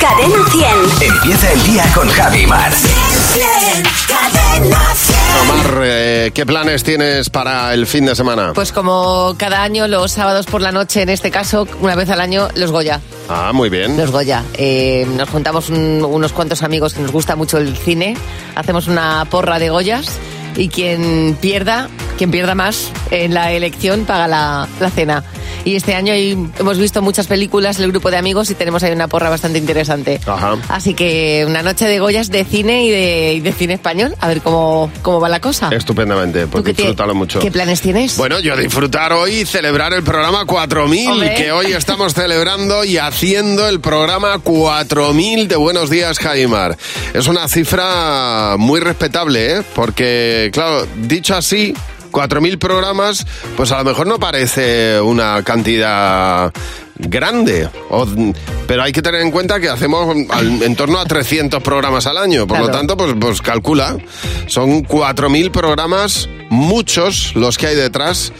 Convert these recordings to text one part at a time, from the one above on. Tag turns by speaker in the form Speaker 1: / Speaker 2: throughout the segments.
Speaker 1: Cadena 100.
Speaker 2: Empieza el día con Javi Mar.
Speaker 1: Cadena 100.
Speaker 3: Omar, eh, ¿qué planes tienes para el fin de semana?
Speaker 4: Pues como cada año, los sábados por la noche, en este caso, una vez al año, los Goya.
Speaker 3: ah, muy bien.
Speaker 4: Los Goya. Eh, nos juntamos un- unos cuantos amigos que nos gusta mucho el cine, hacemos una porra de Goyas y quien pierda, quien pierda más en la elección paga la, la cena. Y este año hay- hemos visto muchas películas, el grupo de amigos, y tenemos ahí una porra bastante interesante.
Speaker 3: Ajá.
Speaker 4: Así que una noche de Goyas de cine y de, y de cine español, a ver cómo, cómo va la cosa.
Speaker 3: Estupendamente,
Speaker 4: ¿Tú
Speaker 3: pues
Speaker 4: qué te-
Speaker 3: disfrútalo mucho.
Speaker 4: ¿Qué planes tienes?
Speaker 3: Bueno, yo disfrutar hoy y celebrar el programa 4000,
Speaker 4: Hombre.
Speaker 3: que hoy estamos celebrando y haciendo el programa 4000 de Buenos Días, Javimar. Es una cifra muy respetable, ¿eh? Porque, claro, dicho así... 4.000 programas, pues a lo mejor no parece una cantidad grande, o- pero hay que tener en cuenta que hacemos al- en torno a 300 programas al año, por lo
Speaker 4: Claro.
Speaker 3: tanto... Por tanto, pues, pues calcula. Son 4.000 programas, muchos los que hay detrás,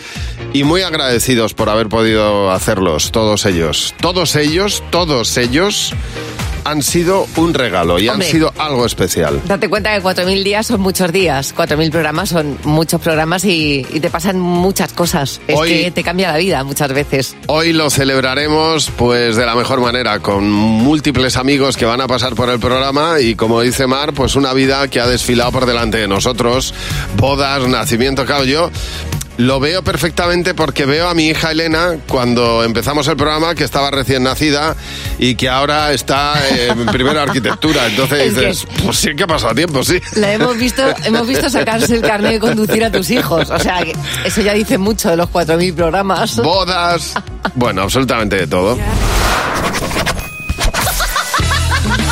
Speaker 3: y muy agradecidos por haber podido hacerlos, todos ellos. Todos ellos, todos ellos han sido un regalo y
Speaker 4: Hombre.
Speaker 3: han sido algo especial.
Speaker 4: Date cuenta que 4.000 días son muchos días, 4.000 programas son muchos programas y, y te pasan muchas cosas. Es
Speaker 3: Hoy-
Speaker 4: que te cambia la vida muchas veces.
Speaker 3: Hoy lo celebraremos pues de la mejor manera, con múltiples amigos que van a pasar por el programa y como dice Mar, pues una vida que ha desfilado por delante de nosotros, bodas, nacimiento, claro, yo lo veo perfectamente porque veo a mi hija Elena cuando empezamos el programa que estaba recién nacida y que ahora está eh, en primera arquitectura, entonces
Speaker 4: Es que-
Speaker 3: dices, pues sí que ha pasado tiempo, sí.
Speaker 4: La hemos visto, hemos visto sacarse el carnet de conducir a tus hijos. O sea, que eso ya dice mucho de los 4.000 programas.
Speaker 3: bodas, bueno, absolutamente de todo.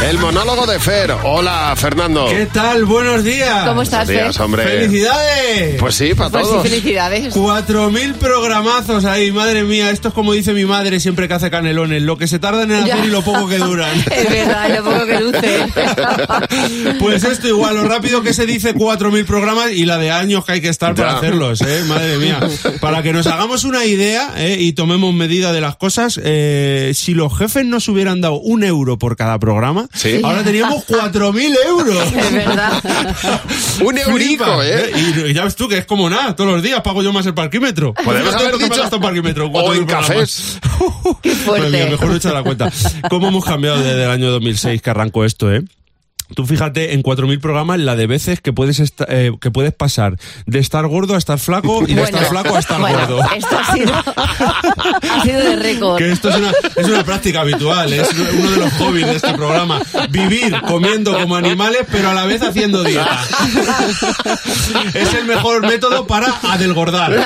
Speaker 3: El monólogo de Fer. Hola, Fernando.
Speaker 5: ¿Qué tal? Buenos días.
Speaker 4: ¿Cómo estás,
Speaker 3: Buenos días,
Speaker 4: Fer?
Speaker 3: hombre.
Speaker 5: ¡Felicidades!
Speaker 3: Pues sí, para
Speaker 4: Pues sí,
Speaker 3: todos.
Speaker 4: felicidades.
Speaker 5: 4.000 programazos ahí, madre mía. Esto es como dice mi madre siempre que hace canelones: lo que se tardan en
Speaker 4: Ya.
Speaker 5: hacer y lo poco que duran.
Speaker 4: Es verdad, lo poco que luce.
Speaker 5: Pues esto igual, lo rápido que se dice 4.000 programas y la de años que hay que estar para
Speaker 3: Ya.
Speaker 5: hacerlos, ¿eh? madre mía. Para que nos hagamos una idea ¿eh? y tomemos medida de las cosas, eh, si los jefes nos hubieran dado un euro por cada programa,
Speaker 3: Sí.
Speaker 5: ahora teníamos 4.000 euros.
Speaker 4: Es verdad.
Speaker 3: Un eurico,
Speaker 5: Flipa,
Speaker 3: ¿eh.
Speaker 5: Y ya ves tú que es como nada, todos los días pago yo más el parquímetro.
Speaker 3: Podemos
Speaker 5: Fíjate
Speaker 3: Pues haber
Speaker 5: lo que me
Speaker 3: dicho-
Speaker 5: gasta un parquímetro.
Speaker 3: O en
Speaker 5: cuatro programas.
Speaker 3: cafés.
Speaker 4: Qué
Speaker 5: Madre mía,
Speaker 4: fuerte.
Speaker 5: mejor no echar la cuenta. ¿Cómo hemos cambiado desde el año 2006 que arrancó esto, eh? Tú fíjate en 4.000 programas la de veces que puedes esta- eh, que puedes pasar de estar gordo a estar flaco y de estar flaco a estar
Speaker 4: bueno,
Speaker 5: gordo.
Speaker 4: Esto ha sido, ha sido de récord.
Speaker 5: Que esto es una, es una práctica habitual, es uno de los hobbies de este programa. Vivir comiendo como animales, pero a la vez haciendo dieta. Es el mejor método para adelgordar.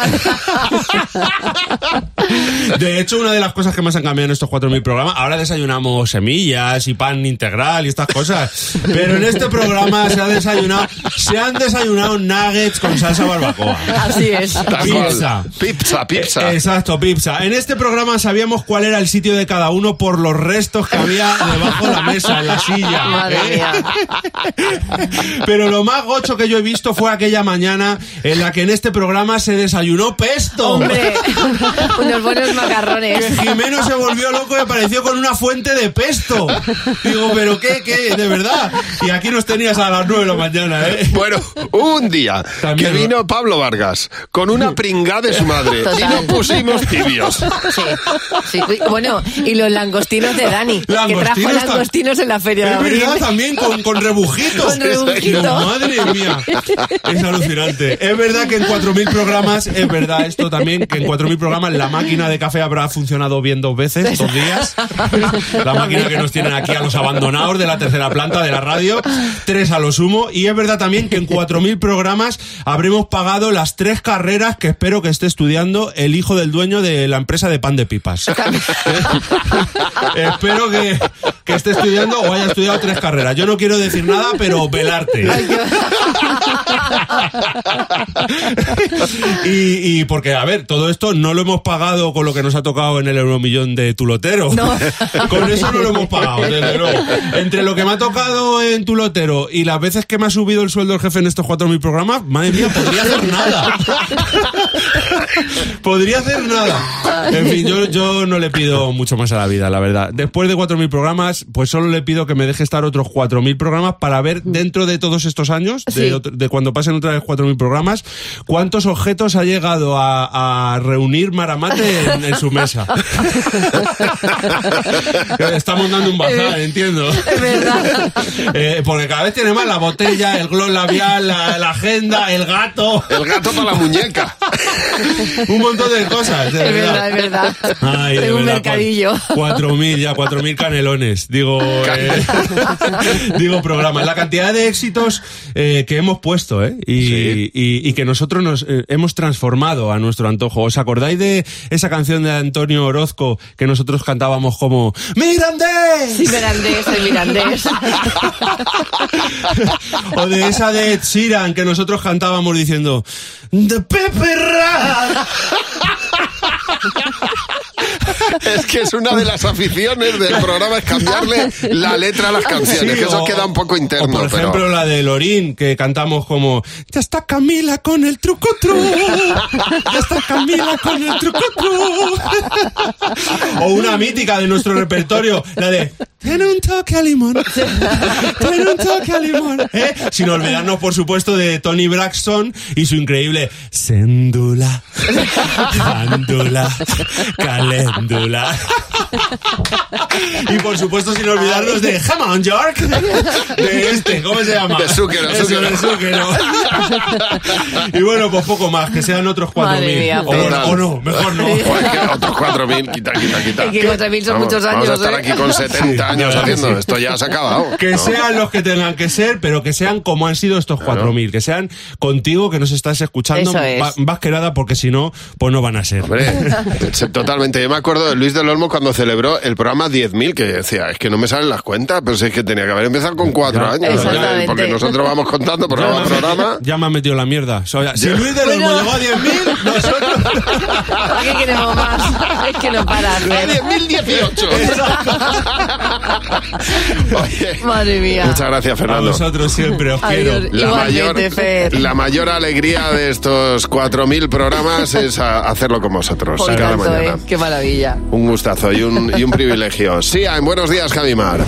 Speaker 5: De hecho, una de las cosas que más han cambiado en estos 4.000 programas, ahora desayunamos semillas y pan integral y estas cosas. Pero en este programa se, ha desayunado, se han desayunado nuggets con salsa barbacoa.
Speaker 4: Así es.
Speaker 3: Tal cual.
Speaker 5: Pizza.
Speaker 3: Pizza, pizza.
Speaker 5: Eh, Exacto, pizza. En este programa sabíamos cuál era el sitio de cada uno por los restos que había debajo de la mesa, en la silla.
Speaker 4: Madre
Speaker 5: ¿eh?
Speaker 4: mía.
Speaker 5: Pero lo más gocho que yo he visto fue aquella mañana en la que en este programa se desayunó pesto.
Speaker 4: Hombre, unos buenos
Speaker 5: Que
Speaker 4: macarrones.
Speaker 5: Jimeno se volvió loco y apareció con una fuente de pesto. Digo, pero qué, qué, de verdad. Y aquí nos tenías a las 9 de la mañana, ¿eh?
Speaker 3: Bueno, hubo un día
Speaker 5: También,
Speaker 3: que
Speaker 5: ¿no?
Speaker 3: vino Pablo Vargas con una pringá de su madre y
Speaker 4: Total.
Speaker 3: nos pusimos tibios.
Speaker 4: Sí, sí. Uy, Bueno, y los langostinos de Dani, que
Speaker 5: Langostinos
Speaker 4: trajo
Speaker 5: tam-
Speaker 4: langostinos en la feria de
Speaker 5: Es
Speaker 4: abril.
Speaker 5: verdad, también con, con rebujitos.
Speaker 4: Con rebujitos.
Speaker 5: Madre mía, es alucinante. Es verdad que en 4.000 programas, es verdad esto también, que en 4.000 programas la máquina de café habrá funcionado bien dos veces, dos días. La máquina que nos tienen aquí a los abandonados de la tercera planta de la radio, tres a lo sumo. Y es verdad también que en 4.000 programas habremos pagado las tres carreras que espero que esté estudiando el hijo del dueño de la empresa de pan de pipas. Espero que, que esté estudiando o haya estudiado tres carreras. Yo no quiero decir nada, pero velarte. Y, y porque, a ver, todo esto no lo hemos pagado con lo que nos ha tocado en el euromillón de Tulotero.
Speaker 4: No.
Speaker 5: Con eso no lo hemos pagado, desde luego. Entre lo que me ha tocado en Tulotero y las veces que me ha subido el sueldo el jefe en estos 4.000 programas, madre mía, podría hacer nada. Podría hacer nada. En fin, yo, yo no le pido mucho más a la vida, la verdad. Después de 4.000 programas, programas, pues solo le pido que me deje estar otros 4.000 programas para ver dentro de todos estos años, de,
Speaker 1: Sí.
Speaker 5: otro- de cuando pasen otra vez 4.000 programas, cuántos objetos ha llegado a, a reunir Maramate en, en su mesa. Estamos dando un bazar,
Speaker 4: Eh,
Speaker 5: entiendo.
Speaker 1: Es verdad.
Speaker 5: Eh, porque cada vez tiene más la botella, el glow labial, la, la agenda, el gato.
Speaker 3: El gato para la muñeca.
Speaker 5: Un montón de cosas.
Speaker 4: Es
Speaker 5: de
Speaker 4: verdad, es verdad.
Speaker 5: Ay, de
Speaker 4: Tengo un
Speaker 5: verdad,
Speaker 4: mercadillo.
Speaker 5: Cuatro mil, ya, cuatro mil canelones. Digo, eh, digo programa. La cantidad de éxitos eh, que hemos puesto, ¿eh? Y, y- y que nosotros nos eh, hemos transformado a nuestro antojo. ¿Os acordáis de esa canción de Antonio Orozco que nosotros cantábamos como ¡Mirandés!
Speaker 4: Sí, mirandés, el mirandés.
Speaker 5: O de esa de Ed Sheeran que nosotros cantábamos diciendo "The Pepe Rat".
Speaker 3: Es que es una de las aficiones del programa, es cambiarle la letra a las canciones,
Speaker 5: Sí,
Speaker 3: que eso
Speaker 5: o-
Speaker 3: queda un poco
Speaker 5: O
Speaker 3: interno.
Speaker 5: por
Speaker 3: pero-
Speaker 5: ejemplo la de Lorín, que cantamos como Ya está Camila con el truco truco Ya está Camila con el truco truco O una mítica de nuestro repertorio, la de Tiene un toque a limón Tiene un toque a limón ¿Eh? Sin olvidarnos, por supuesto, de Tony Braxton y su increíble Séndula, Jándula, Caléndula y por supuesto, sin olvidarnos de Come on, York. De este, ¿cómo se llama?
Speaker 3: De Zúquero,
Speaker 5: Eso,
Speaker 3: Zúquero.
Speaker 5: de Zúquero. Y bueno, pues poco más, que sean otros
Speaker 4: Madre mía,
Speaker 5: 4.000. O,
Speaker 4: Pedro.
Speaker 5: bueno, o no, mejor no.
Speaker 3: Joder, que otros 4.000, quita, quita, quita.
Speaker 4: Es que 4.000 son
Speaker 3: Vamos,
Speaker 4: muchos
Speaker 3: Vamos a
Speaker 4: años,
Speaker 3: estar
Speaker 4: ¿eh?
Speaker 3: aquí con 70
Speaker 5: Sí,
Speaker 3: años
Speaker 5: la verdad que
Speaker 3: haciendo.
Speaker 5: sí.
Speaker 3: Esto ya se ha acabado.
Speaker 5: Que
Speaker 3: ¿no?
Speaker 5: sean los que tengan que ser, pero que sean como han sido estos 4.000. Que sean contigo, que nos estás escuchando
Speaker 4: Eso es.
Speaker 5: va- más que nada, porque si no, pues no van a ser.
Speaker 3: Hombre, se- totalmente. Yo me acuerdo de Luis del Olmo cuando celebró el programa 10.000, que decía, es que no me salen las cuentas, pero si es que tenía que haber empezado con cuatro
Speaker 5: Ya,
Speaker 3: años.
Speaker 4: exactamente.
Speaker 3: Porque nosotros vamos contando
Speaker 5: Ya
Speaker 3: programa
Speaker 5: me
Speaker 3: a
Speaker 5: ha
Speaker 3: programa.
Speaker 5: metido- ya me ha metido la mierda. Soy- si
Speaker 3: Ya.
Speaker 5: Luis de los
Speaker 4: Bueno.
Speaker 5: llegó a 10.000, nosotros.
Speaker 4: ¿Para qué queremos más? Es que no para.
Speaker 3: A
Speaker 4: ¿eh?
Speaker 3: 10.018. Oye,
Speaker 4: Madre mía.
Speaker 3: muchas gracias,
Speaker 5: A
Speaker 3: Fernando.
Speaker 5: vosotros siempre os
Speaker 4: Adiós.
Speaker 5: quiero.
Speaker 3: La mayor,
Speaker 4: Igualmente, Fer.
Speaker 3: la mayor alegría de estos 4.000 programas es a- hacerlo con vosotros
Speaker 4: Por
Speaker 3: cada
Speaker 4: tanto, ¿eh?
Speaker 3: mañana.
Speaker 4: Qué maravilla.
Speaker 3: Un gustazo y un, y un privilegio. Sí, en buenos días, Javimar.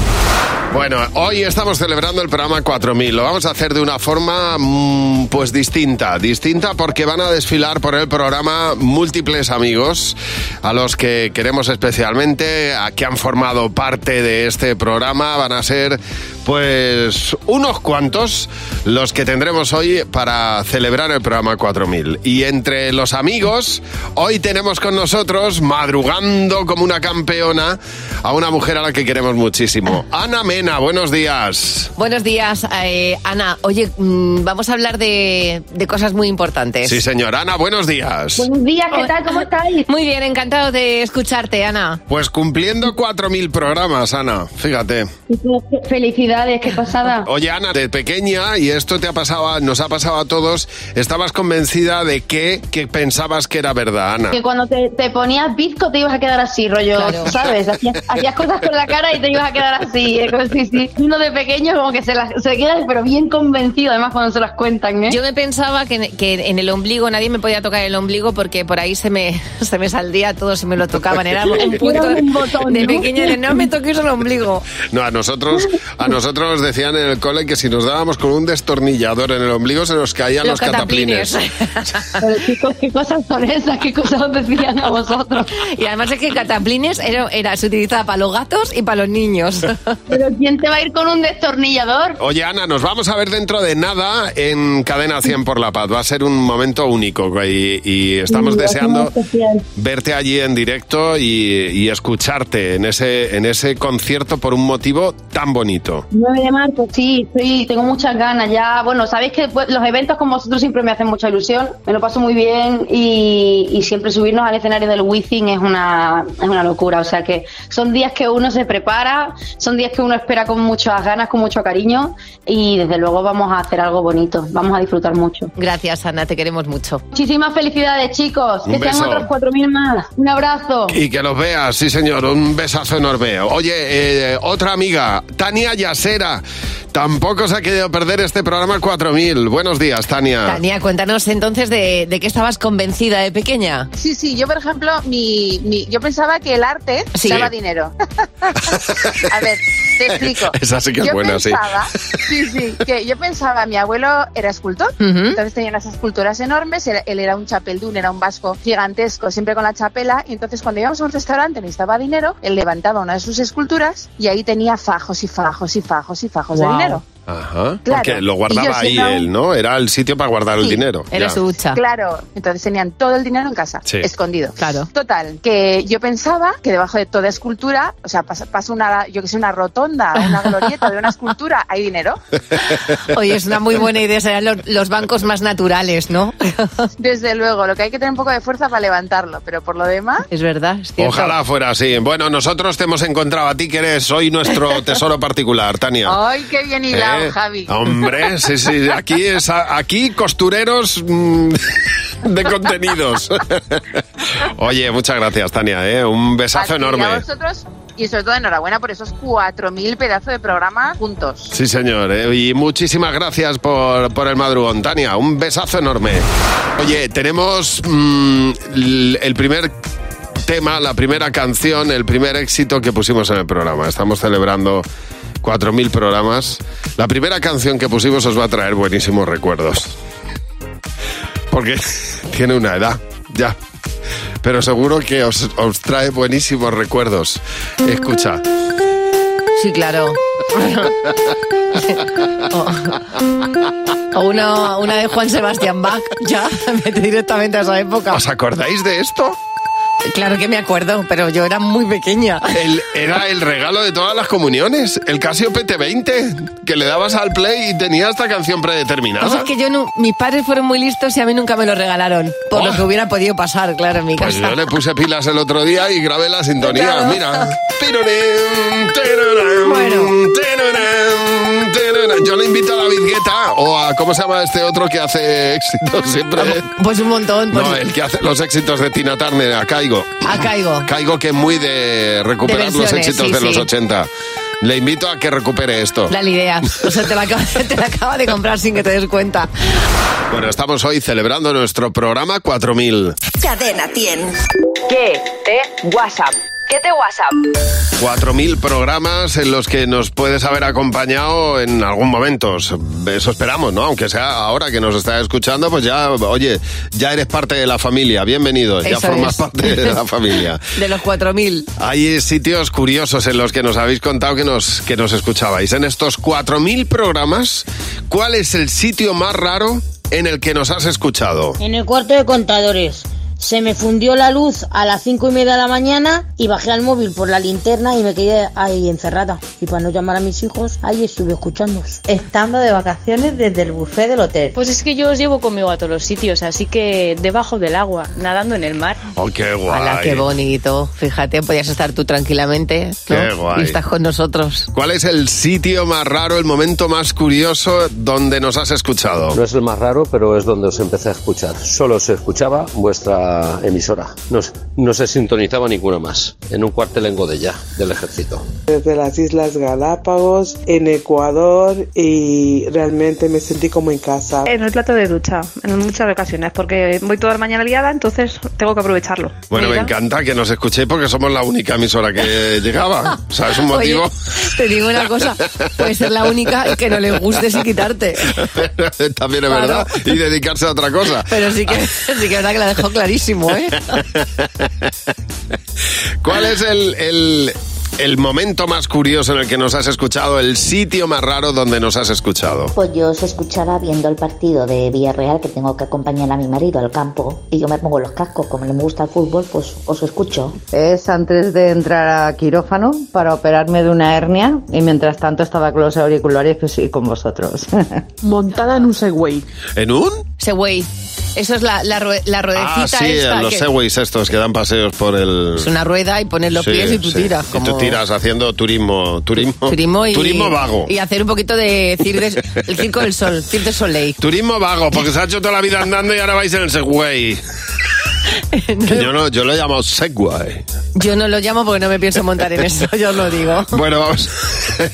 Speaker 3: Bueno, hoy estamos celebrando el programa 4000. Lo vamos a hacer de una forma mm, pues distinta. Distinta porque van a desfilar por el programa múltiples amigos a los que queremos especialmente, a que han formado parte de este programa. Van a ser pues unos cuantos los que tendremos hoy para celebrar el programa 4000. Y entre los amigos, hoy tenemos con nosotros, madrugando como una campeona, a una mujer a la que queremos muchísimo. Ana Mena, buenos días.
Speaker 4: Buenos días, eh, Ana. Oye, mm, vamos a hablar de, de cosas muy importantes.
Speaker 3: Sí, señor. Ana, buenos días.
Speaker 6: Buenos días, ¿qué tal? ¿Cómo estáis?
Speaker 4: Muy bien, encantado de escucharte, Ana.
Speaker 3: Pues cumpliendo 4.000 programas, Ana. Fíjate.
Speaker 6: Felicidades, qué pasada.
Speaker 3: Oye, Ana, de pequeña, y esto te ha pasado, a- nos ha pasado a todos, estabas convencida de que, que pensabas que era verdad, Ana.
Speaker 6: Que cuando te, te ponías bizco te ibas a quedar así, rollo,
Speaker 4: Claro.
Speaker 6: ¿sabes? Hacías, hacías cosas con la cara y te ibas a quedar así. eh, como si- si Uno de pequeño como que se, las, se queda pero bien convencido, además cuando se las cuentan, ¿eh?
Speaker 4: Yo me pensaba que, que en el ombligo nadie me podía tocar el ombligo porque por ahí se me, se me saldría todo si me lo tocaban. Era un punto
Speaker 6: Era un botón,
Speaker 4: de
Speaker 6: ¿no?
Speaker 4: pequeña de no me toques el ombligo.
Speaker 3: No, a nosotros, a nosotros decían en el cole que si nos dábamos con un destornillador en el ombligo se nos caían los,
Speaker 4: Los cataplines.
Speaker 3: cataplines.
Speaker 6: Pero chicos, qué cosas son esas, qué cosas os decían a vosotros.
Speaker 4: Y además es que cataplines era, era- se utilizaba para los gatos y para los niños.
Speaker 6: Pero ¿quién te va a ir con un destornillador?
Speaker 3: Oye, Ana, nos vamos a ver dentro de nada en Cadena 100 por la Paz. Va a ser un momento único y, y estamos
Speaker 6: Sí, va a ser
Speaker 3: deseando
Speaker 6: muy especial.
Speaker 3: verte allí en directo y, y escucharte en ese, en ese concierto por un motivo tan bonito.
Speaker 6: 9 de marzo, sí, sí, tengo muchas ganas ya. Bueno, sabéis que pues, los eventos con vosotros siempre me hacen mucha ilusión, me lo paso muy bien y, y siempre subirnos al escenario del Wizzing es una, es una locura. O sea que son días que uno se prepara, son días que uno espera con muchas ganas, con mucho cariño y desde luego vamos a hacer algo bonito, vamos a disfrutar mucho.
Speaker 4: Gracias, Ana, te queremos mucho.
Speaker 6: Muchísimas felicidades, chicos.
Speaker 3: Un
Speaker 6: que
Speaker 3: beso.
Speaker 6: sean otros 4.000 más. Un abrazo.
Speaker 3: Y que los veas, sí señor, un besazo enorme. Oye, eh, otra amiga, Tania Yasera, Tampoco se ha querido perder este programa 4000. Buenos días, Tania.
Speaker 4: Tania, cuéntanos entonces de, de qué estabas convencida de pequeña.
Speaker 1: Sí, sí, yo por ejemplo, mi, mi- yo pensaba que el arte
Speaker 4: Sí.
Speaker 1: daba dinero. A ver, te explico.
Speaker 3: Esa sí que es
Speaker 1: yo
Speaker 3: buena, sí.
Speaker 1: pensaba, sí. Sí, que yo pensaba, mi abuelo era escultor, entonces tenía unas esculturas enormes, era- él era un chapeldún, era un vasco gigantesco, siempre con la chapela, y entonces cuando íbamos a un restaurante necesitaba dinero, él levantaba una de sus esculturas y ahí tenía fajos y fajos y fajos y fajos de
Speaker 4: Guau.
Speaker 1: dinero.
Speaker 3: Ajá.
Speaker 1: Claro.
Speaker 3: Porque lo
Speaker 1: Y yo
Speaker 3: guardaba ahí
Speaker 1: siendo un-
Speaker 3: él, ¿no? Era el sitio para guardar el
Speaker 1: Sí.
Speaker 3: dinero.
Speaker 4: Era
Speaker 3: ya.
Speaker 4: su hucha.
Speaker 1: Claro, entonces tenían todo el dinero en casa,
Speaker 3: Sí.
Speaker 1: escondido.
Speaker 4: Claro.
Speaker 1: Total, que yo pensaba que debajo de toda escultura, o sea, pasa, pasa una, yo que sé, una rotonda, una glorieta de una escultura, hay dinero.
Speaker 4: Oye, es una muy buena idea, serán los, los bancos más naturales, ¿no?
Speaker 1: Desde luego, lo que hay que tener un poco de fuerza para levantarlo, pero por lo demás,
Speaker 4: es verdad, es cierto.
Speaker 3: Ojalá fuera así. Bueno, nosotros te hemos encontrado a ti, que eres hoy nuestro tesoro particular, Tania.
Speaker 1: ¡ay, qué bien hilado,
Speaker 3: ¿Eh?
Speaker 1: Javi!
Speaker 3: Hombre, sí, sí. Aquí, es, aquí costureros mm, de contenidos. Oye, muchas gracias, Tania. ¿eh? Un
Speaker 1: A ti
Speaker 3: besazo
Speaker 1: y
Speaker 3: enorme.
Speaker 1: A vosotros, y sobre todo enhorabuena por esos 4.000 pedazos de programa juntos.
Speaker 3: Sí, señor. ¿eh? Y muchísimas gracias por, por el madrugón, Tania. Un besazo enorme. Oye, tenemos mm, l- el primer tema, la primera canción, el primer éxito que pusimos en el programa. Estamos celebrando 4.000 programas. La primera canción que pusimos os va a traer buenísimos recuerdos. Porque tiene una edad, ya. Pero seguro que os, os trae buenísimos recuerdos. Escucha.
Speaker 4: Sí, claro. o o una, una de Juan Sebastián Bach, ya, vete directamente a esa época.
Speaker 3: ¿Os acordáis de esto?
Speaker 4: Claro que me acuerdo, pero yo era muy pequeña.
Speaker 3: El- era el regalo de todas las comuniones, el Casio PT20, que le dabas al play y tenía esta canción predeterminada.
Speaker 4: O sea, Pues es que yo no, mis padres fueron muy listos y a mí nunca me lo regalaron, por lo
Speaker 3: Ah.
Speaker 4: que hubiera podido pasar, claro, en mi
Speaker 3: Pues
Speaker 4: casa.
Speaker 3: yo le puse pilas el otro día y grabé la sintonía,
Speaker 4: Claro.
Speaker 3: mira. Tirurum, tirurum,
Speaker 4: Bueno.
Speaker 3: tirurum, tirurum. Yo le invito a David Guetta o a, ¿cómo se llama este otro que hace éxitos siempre?
Speaker 4: Ah, Pues un montón, pues
Speaker 3: No, el que hace los éxitos de Tina Turner, a Caigo.
Speaker 4: a Ah, caigo.
Speaker 3: Caigo que es muy de recuperar los
Speaker 4: De versiones,
Speaker 3: éxitos
Speaker 4: sí,
Speaker 3: de
Speaker 4: sí.
Speaker 3: los 80. Le invito a que recupere esto.
Speaker 4: Dale ideas. O sea, te la, acaba, te la acaba de comprar sin que te des cuenta.
Speaker 3: Bueno, estamos hoy celebrando nuestro programa 4000.
Speaker 7: Cadena 100.
Speaker 8: ¿Qué te WhatsApp? ¿Qué te WhatsApp?
Speaker 3: 4000 programas en los que nos puedes haber acompañado en algún momento. Eso esperamos, ¿no? Aunque sea ahora que nos estás escuchando, pues ya, oye, ya eres parte de la familia. Bienvenido, ya
Speaker 4: Eso
Speaker 3: formas
Speaker 4: es.
Speaker 3: parte de la familia.
Speaker 4: De los 4.000.
Speaker 3: Hay sitios curiosos en los que nos habéis contado que nos, que nos escuchabais. En estos 4000 programas, ¿cuál es el sitio más raro en el que nos has escuchado?
Speaker 9: En el cuarto de contadores. Se me fundió la luz a las cinco y media de la mañana y bajé al móvil por la linterna y me quedé ahí encerrada. Y para no llamar a mis hijos, ahí estuve escuchándolos.
Speaker 10: Estando de vacaciones desde el buffet del hotel.
Speaker 11: Pues es que yo os llevo conmigo a todos los sitios, así que debajo del agua, nadando en el mar.
Speaker 3: ¡Oh, qué guay!
Speaker 4: Hola, qué bonito. Fíjate, podías estar tú tranquilamente. ¿no?
Speaker 3: Qué guay.
Speaker 4: Y estás con nosotros.
Speaker 3: ¿Cuál es el sitio más raro, el momento más curioso donde nos has escuchado?
Speaker 12: No es el más raro, pero es donde os empecé a escuchar. Solo se escuchaba vuestra emisora. No, se- no se sintonizaba ninguna más. En un cuartelengo de ya, del ejército.
Speaker 13: desde las Islas Galápagos, en Ecuador y realmente me sentí como en casa.
Speaker 11: En el Eh, plato de ducha, en muchas ocasiones, porque voy toda la mañana liada, entonces tengo que aprovecharlo.
Speaker 3: Bueno, me encanta que nos escuchéis porque somos la única emisora que llegaba. O sea, es un motivo.
Speaker 4: Oye, te digo una cosa. Puedes ser la única y que no le guste sin quitarte.
Speaker 3: También es
Speaker 4: Claro.
Speaker 3: verdad. Y dedicarse a otra cosa.
Speaker 4: Pero sí que, sí que es verdad que la dejó clarísimo, ¿eh?
Speaker 3: ¿Cuál es el, el- el momento más curioso en el que nos has escuchado? El sitio más raro donde nos has escuchado.
Speaker 14: Pues yo os escuchaba viendo el partido de Villarreal que tengo que acompañar a mi marido al campo y yo me pongo los cascos, como no me gusta el fútbol, pues os escucho.
Speaker 10: Es antes de entrar a quirófano para operarme de una hernia y mientras tanto estaba con los auriculares pues, y con vosotros.
Speaker 13: Montada en un Segway.
Speaker 3: ¿En un?
Speaker 4: Segway. Eso es la, la, rue- la ruedecita
Speaker 3: Ah, sí,
Speaker 4: esta
Speaker 3: en los
Speaker 4: que-
Speaker 3: segways estos que dan paseos por el.
Speaker 4: Es una rueda y pones los
Speaker 3: Sí,
Speaker 4: pies y tú
Speaker 3: sí.
Speaker 4: tiras. Como...
Speaker 3: Y tú tiras haciendo turismo. Turismo,
Speaker 4: Turismo y...
Speaker 3: turismo vago.
Speaker 4: Y hacer un poquito de, cir- de- el circo del sol, circo de soleil.
Speaker 3: Turismo vago, porque se ha hecho toda la vida andando y ahora vais en el Segway. Yo, no, yo lo llamo Segway.
Speaker 4: Yo no lo llamo porque no me pienso montar en eso, yo os lo digo.
Speaker 3: Bueno, vamos.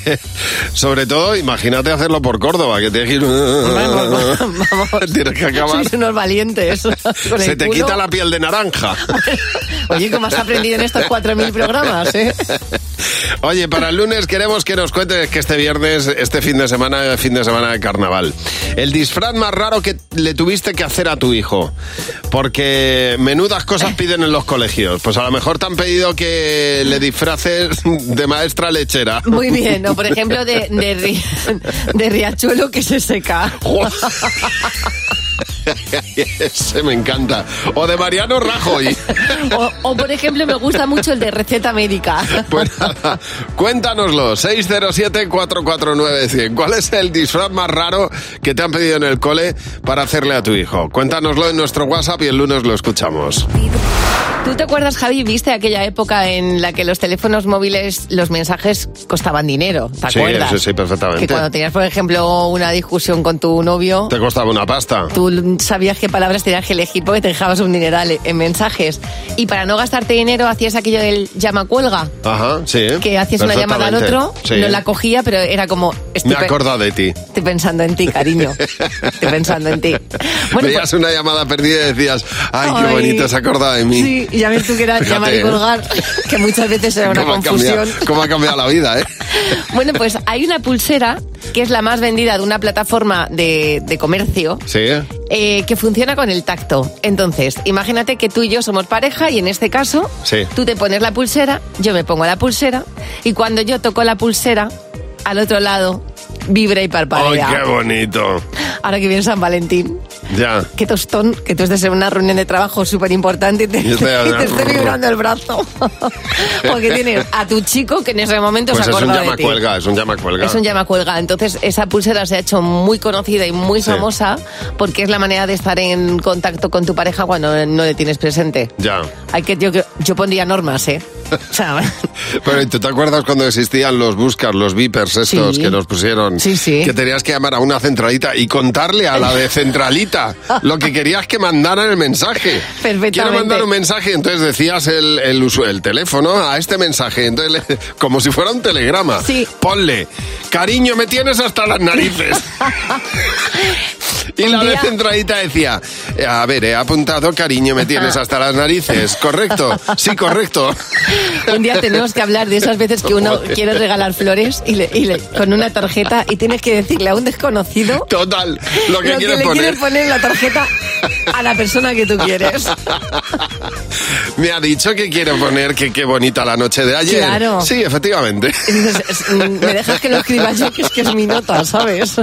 Speaker 3: Sobre todo, imagínate hacerlo por Córdoba, que tienes que ir. Tienes que acabar.
Speaker 4: Sois unos valientes. con el
Speaker 3: Se te
Speaker 4: culo.
Speaker 3: quita la piel de naranja.
Speaker 4: Oye, ¿cómo has aprendido en estos 4.000 programas, eh?
Speaker 3: Oye, para el lunes queremos que nos cuentes que este viernes, este fin de semana, es fin de semana de carnaval. El disfraz más raro que le tuviste que hacer a tu hijo. Porque menudas cosas piden en los colegios. Pues a lo mejor te han pedido que le disfraces de maestra lechera.
Speaker 4: Muy bien, o por ejemplo de, de, ri- de riachuelo que se seca.
Speaker 3: Ese me encanta. O de Mariano Rajoy.
Speaker 4: O, o, por ejemplo me gusta mucho el de receta médica.
Speaker 3: Pues nada, cuéntanoslo. 607-449-100. ¿Cuál es el disfraz más raro que te han pedido en el cole para hacerle a tu hijo? Cuéntanoslo en nuestro WhatsApp y el lunes lo escuchamos.
Speaker 4: ¿Tú te acuerdas, Javi, viste aquella época en la que los teléfonos móviles, los mensajes costaban dinero? ¿Te
Speaker 3: sí,
Speaker 4: acuerdas?
Speaker 3: sí, sí, perfectamente.
Speaker 4: Que cuando tenías, por ejemplo, una discusión con tu novio,
Speaker 3: Te costaba una pasta.
Speaker 4: tú sabías qué palabras tenías que elegir porque te dejabas un dineral en mensajes. Y para no gastarte dinero hacías aquello del llama cuelga,
Speaker 3: Ajá, sí.
Speaker 4: que hacías una llamada al
Speaker 3: perfectamente.
Speaker 4: otro,
Speaker 3: Sí.
Speaker 4: no la cogía, pero era como...
Speaker 3: Me
Speaker 4: Estoy,
Speaker 3: he
Speaker 4: pe-
Speaker 3: acordado de ti.
Speaker 4: estoy pensando en ti, cariño. Estoy pensando en ti.
Speaker 3: Veías una llamada perdida y decías, ay, qué
Speaker 4: pues- Ay.
Speaker 3: bonito, se acordado de mí.
Speaker 4: Sí, ya ves tú que era
Speaker 3: Fíjate,
Speaker 4: llamar
Speaker 3: ¿eh?
Speaker 4: y colgar, que muchas veces era una
Speaker 3: ¿Cómo ha
Speaker 4: confusión.
Speaker 3: cambiado- ¿Cómo ha cambiado la vida, eh?
Speaker 4: Bueno, pues hay una pulsera que es la más vendida de una plataforma de, de comercio
Speaker 3: Sí.
Speaker 4: eh, que funciona con el tacto. Entonces, imagínate que tú y yo somos pareja y en este caso
Speaker 3: Sí.
Speaker 4: tú te pones la pulsera, yo me pongo la pulsera y cuando yo toco la pulsera, al otro lado vibra y
Speaker 3: Ay,
Speaker 4: parpadea.
Speaker 3: qué bonito.
Speaker 4: Ahora que viene San Valentín.
Speaker 3: Ya.
Speaker 4: Qué tostón, que tú estés en una reunión de trabajo súper importante y te,
Speaker 3: Y estoy-
Speaker 4: y te esté vibrando el brazo. Porque tienes a tu chico que en ese momento
Speaker 3: Pues
Speaker 4: se
Speaker 3: es un
Speaker 4: acuerda de
Speaker 3: llama
Speaker 4: ti.
Speaker 3: cuelga, es un llama cuelga.
Speaker 4: Es un llama cuelga. Entonces, esa pulsera se ha hecho muy conocida y muy
Speaker 3: Sí.
Speaker 4: famosa porque es la manera de estar en contacto con tu pareja cuando no le tienes presente.
Speaker 3: Ya.
Speaker 4: Hay que, yo, yo pondría normas, ¿eh? O sea,
Speaker 3: Pero ¿y ¿tú te acuerdas cuando existían los buscas, los vipers estos
Speaker 4: Sí.
Speaker 3: que nos pusieron? Sí, sí. Que tenías que llamar a una centralita y contarle a la de centralita lo que querías que mandaran el mensaje.
Speaker 4: Perfectamente.
Speaker 3: Quiero mandar un mensaje, entonces decías el, el, usu- el teléfono a este mensaje, entonces le- como si fuera un telegrama.
Speaker 4: Sí.
Speaker 3: Ponle, cariño, me tienes hasta las narices. Y la de centradita decía, eh, a ver, he apuntado, cariño, me tienes hasta las narices, ¿correcto? Sí, correcto.
Speaker 4: un día tenemos que hablar de esas veces que uno
Speaker 3: Joder.
Speaker 4: quiere regalar flores y le- y le- con una tarjeta y tienes que decirle a un desconocido
Speaker 3: Total, lo que
Speaker 4: lo que
Speaker 3: quieres
Speaker 4: le
Speaker 3: poner.
Speaker 4: quieres poner en la tarjeta a la persona que tú quieres.
Speaker 3: Me ha dicho que quiero poner que qué bonita la noche de ayer.
Speaker 4: Claro.
Speaker 3: Sí, efectivamente.
Speaker 4: Y dices, "Es- mm, me dejas que lo escriba yo, que es que es mi nota, ¿sabes?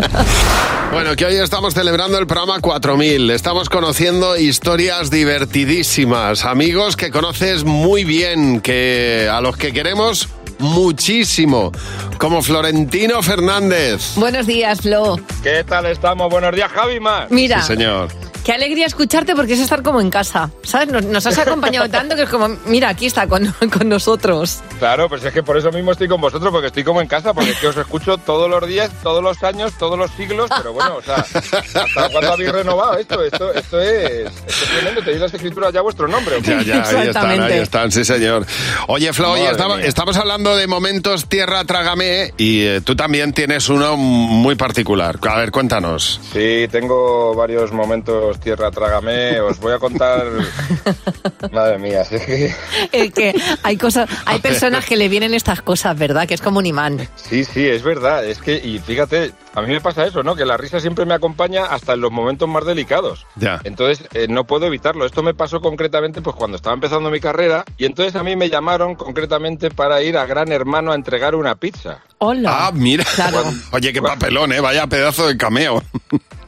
Speaker 3: Bueno, que hoy estamos celebrando el programa 4000. Estamos conociendo historias divertidísimas, amigos que conoces muy bien, que a los que queremos muchísimo, como Florentino Fernández.
Speaker 4: Buenos días, Flo.
Speaker 7: ¿Qué tal estamos? Buenos días, Javi Mar.
Speaker 4: Mira,
Speaker 3: Sí, señor.
Speaker 4: Qué alegría escucharte porque es estar como en casa, ¿sabes? Nos, nos has acompañado tanto que es como, mira, aquí está con, con nosotros.
Speaker 7: Claro, pues es que por eso mismo estoy con vosotros, porque estoy como en casa, porque es que os escucho todos los días, todos los años, todos los siglos, pero bueno, o sea, ¿hasta cuándo habéis renovado esto? Esto, esto es, esto es tremendo, tenéis las escrituras ya a vuestro nombre. ¿o qué?
Speaker 3: Ya, ya, ahí están, ahí están, sí señor. Oye, Flo, oye,
Speaker 7: Madre
Speaker 3: estamos,
Speaker 7: mía.
Speaker 3: estamos hablando de momentos tierra trágame ¿eh? y eh, tú también tienes uno muy particular. A ver, cuéntanos.
Speaker 7: Sí, tengo varios momentos, tierra, trágame, os voy a contar... Madre mía, sí que...
Speaker 4: Es que hay cosas, hay personas que le vienen estas cosas, ¿verdad? Que es como un imán.
Speaker 7: Sí, sí, es verdad. Es que, y fíjate, a mí me pasa eso, ¿no? Que la risa siempre me acompaña hasta en los momentos más delicados.
Speaker 3: Ya.
Speaker 7: Entonces, eh, no puedo evitarlo. Esto me pasó concretamente pues cuando estaba empezando mi carrera y entonces a mí me llamaron concretamente para ir a Gran Hermano a entregar una pizza.
Speaker 4: Hola.
Speaker 3: Ah, mira.
Speaker 7: Claro.
Speaker 3: Oye, qué papelón, ¿eh? Vaya pedazo de cameo.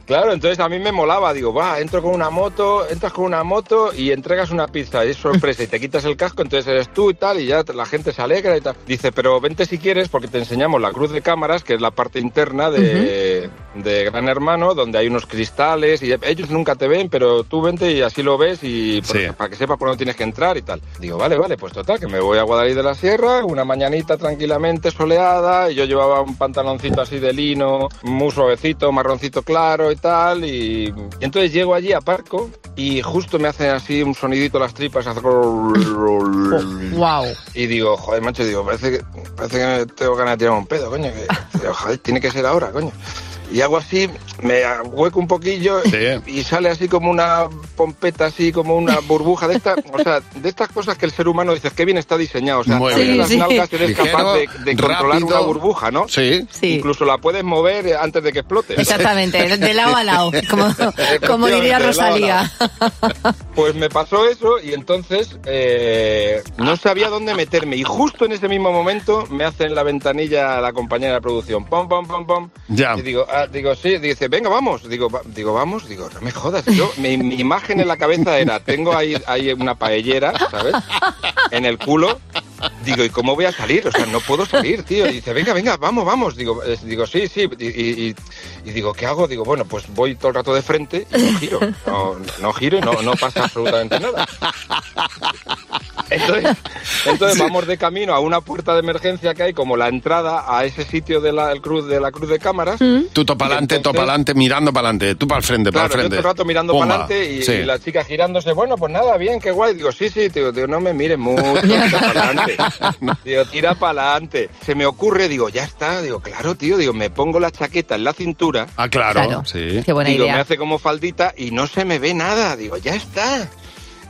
Speaker 7: Claro, entonces a mí me molaba, digo, va, entro con una moto, entras con una moto y entregas una pizza, y es sorpresa, y te quitas el casco, entonces eres tú y tal, y ya te- la gente se alegra y tal. Dice, pero vente si quieres porque te enseñamos la cruz de cámaras, que es la parte interna de, de, de Gran Hermano, donde hay unos cristales y ellos nunca te ven, pero tú vente y así lo ves y por- para que sepas por dónde tienes que entrar y tal. Digo, vale, vale, pues total, que me voy a Guadalí de la Sierra, una mañanita tranquilamente soleada, y yo llevaba un pantaloncito así de lino, muy suavecito, marroncito claro y tal, y, y entonces llego allí a Parco y justo me hacen así un sonidito las tripas, hace
Speaker 4: Wow.
Speaker 7: y digo, joder, macho, digo, parece que, parece que me tengo ganas de tirar un pedo, coño. Que, pero, joder, tiene que ser ahora, coño. Y hago así, me hueco un poquillo y sale así como una pompeta, así como una burbuja de esta, o sea, de estas cosas que el ser humano dices, qué bien está diseñado. O sea,
Speaker 3: Muy
Speaker 7: tú en
Speaker 3: bien.
Speaker 7: las
Speaker 3: Sí, sí.
Speaker 7: nalgas eres capaz de,
Speaker 3: Ligero,
Speaker 7: de controlar una
Speaker 3: rápido.
Speaker 7: burbuja, ¿no?
Speaker 3: Sí.
Speaker 7: Incluso la puedes mover antes de que explote.
Speaker 4: Exactamente, de- de lado a lado, como, como diría
Speaker 7: Efectivamente, de lado a lado.
Speaker 4: Rosalía.
Speaker 7: Pues me pasó eso y entonces eh, no sabía dónde meterme. Y justo en ese mismo momento me hacen la ventanilla a la compañera de producción. Pom, pom, pom, pom.
Speaker 3: Ya.
Speaker 7: Y digo, ah, digo, sí, dice, venga, vamos. Digo, va- digo, vamos. Digo, no me jodas. Yo, mi, mi imagen en la cabeza era, tengo ahí, ahí una paellera, ¿sabes? En el culo. Digo, ¿y cómo voy a salir? O sea, no puedo salir, tío. Y dice, venga, venga, vamos, vamos. Digo, eh, digo sí, sí. Y, y- y- y digo, ¿qué hago? Digo, bueno, pues voy todo el rato de frente y no giro. No, no giro y no, no pasa absolutamente nada. Entonces, entonces vamos de camino a una puerta de emergencia que hay, como la entrada a ese sitio de la, el cruz, de la cruz de cámaras.
Speaker 3: Tú topalante, topalante, mirando para adelante, tú para el frente, para el
Speaker 7: Claro, yo
Speaker 3: frente.
Speaker 7: todo el rato mirando
Speaker 3: Pumba.
Speaker 7: para adelante y,
Speaker 3: Sí.
Speaker 7: y la chica girándose. Bueno, pues nada, bien, qué guay. Digo, sí, sí, tío, tío, no me mires mucho, tira para adelante. Digo, tira para adelante. Se me ocurre, digo, ya está. Digo, claro, tío, digo, me pongo la chaqueta en la cintura.
Speaker 3: Ah, claro, Claro. sí. Qué buena
Speaker 7: digo,
Speaker 3: idea.
Speaker 7: me hace como faldita y no se me ve nada. Digo, ya está.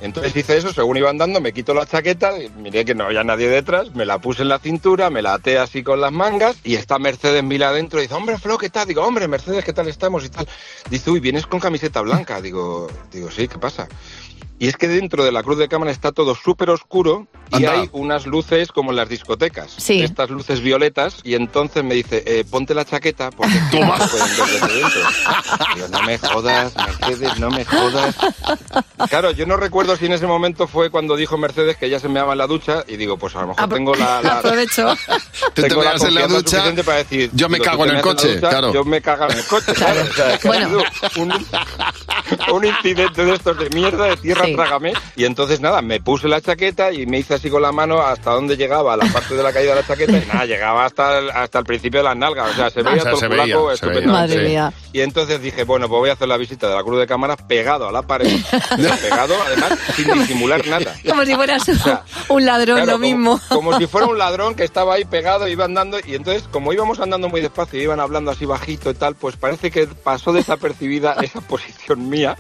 Speaker 7: Entonces hice eso, según iba andando, me quito la chaqueta, y miré que no había nadie detrás, me la puse en la cintura, me la até así con las mangas y está Mercedes Mila adentro y dice, hombre, Flo, ¿qué tal? Digo, hombre, Mercedes, ¿qué tal estamos? Y tal. Dice, uy, vienes con camiseta blanca. Digo, digo, sí, ¿qué pasa? Y es que dentro de la cruz de cámara está todo súper oscuro y
Speaker 3: Anda.
Speaker 7: hay unas luces como en las discotecas.
Speaker 4: Sí.
Speaker 7: Estas luces violetas. Y entonces me dice, eh, ponte la chaqueta porque es que no te pueden ver desde dentro. Digo, no me jodas, Mercedes, no me jodas. Claro, yo no recuerdo si en ese momento fue cuando dijo Mercedes que ya se meaba en la ducha y digo, pues a lo mejor tengo la... la-
Speaker 4: Aprovecho.
Speaker 3: Tú te
Speaker 7: tengo la
Speaker 3: meas en la
Speaker 7: confianza
Speaker 3: ducha,
Speaker 7: suficiente para decir,
Speaker 3: yo me
Speaker 7: digo, tú
Speaker 3: cago en
Speaker 7: te
Speaker 3: el
Speaker 7: meas la
Speaker 3: coche,
Speaker 7: ducha,
Speaker 3: claro.
Speaker 7: Yo me cago en el coche, claro. O sea, que ha sido un, un incidente de estos de mierda, de tierra, trágame. Y entonces nada, me puse la chaqueta y me hice así con la mano hasta donde llegaba la parte de la caída de la chaqueta y nada, llegaba hasta el, hasta el principio de las nalgas. O sea, se
Speaker 3: O
Speaker 7: veía
Speaker 3: sea,
Speaker 7: todo
Speaker 3: se
Speaker 7: el
Speaker 3: veía,
Speaker 7: culaco
Speaker 3: se veía,
Speaker 7: estupendamente.
Speaker 3: Madre sí. mía.
Speaker 7: Y entonces dije, bueno, pues voy a hacer la visita de la cruz de cámara pegado a la pared. pegado, además, sin disimular nada.
Speaker 4: Como si fueras un, un ladrón,
Speaker 7: Claro,
Speaker 4: lo mismo.
Speaker 7: Como si fuera un ladrón que estaba ahí pegado, iba andando, y entonces, como íbamos andando muy despacio, iban hablando así bajito y tal, pues parece que pasó desapercibida esa posición mía.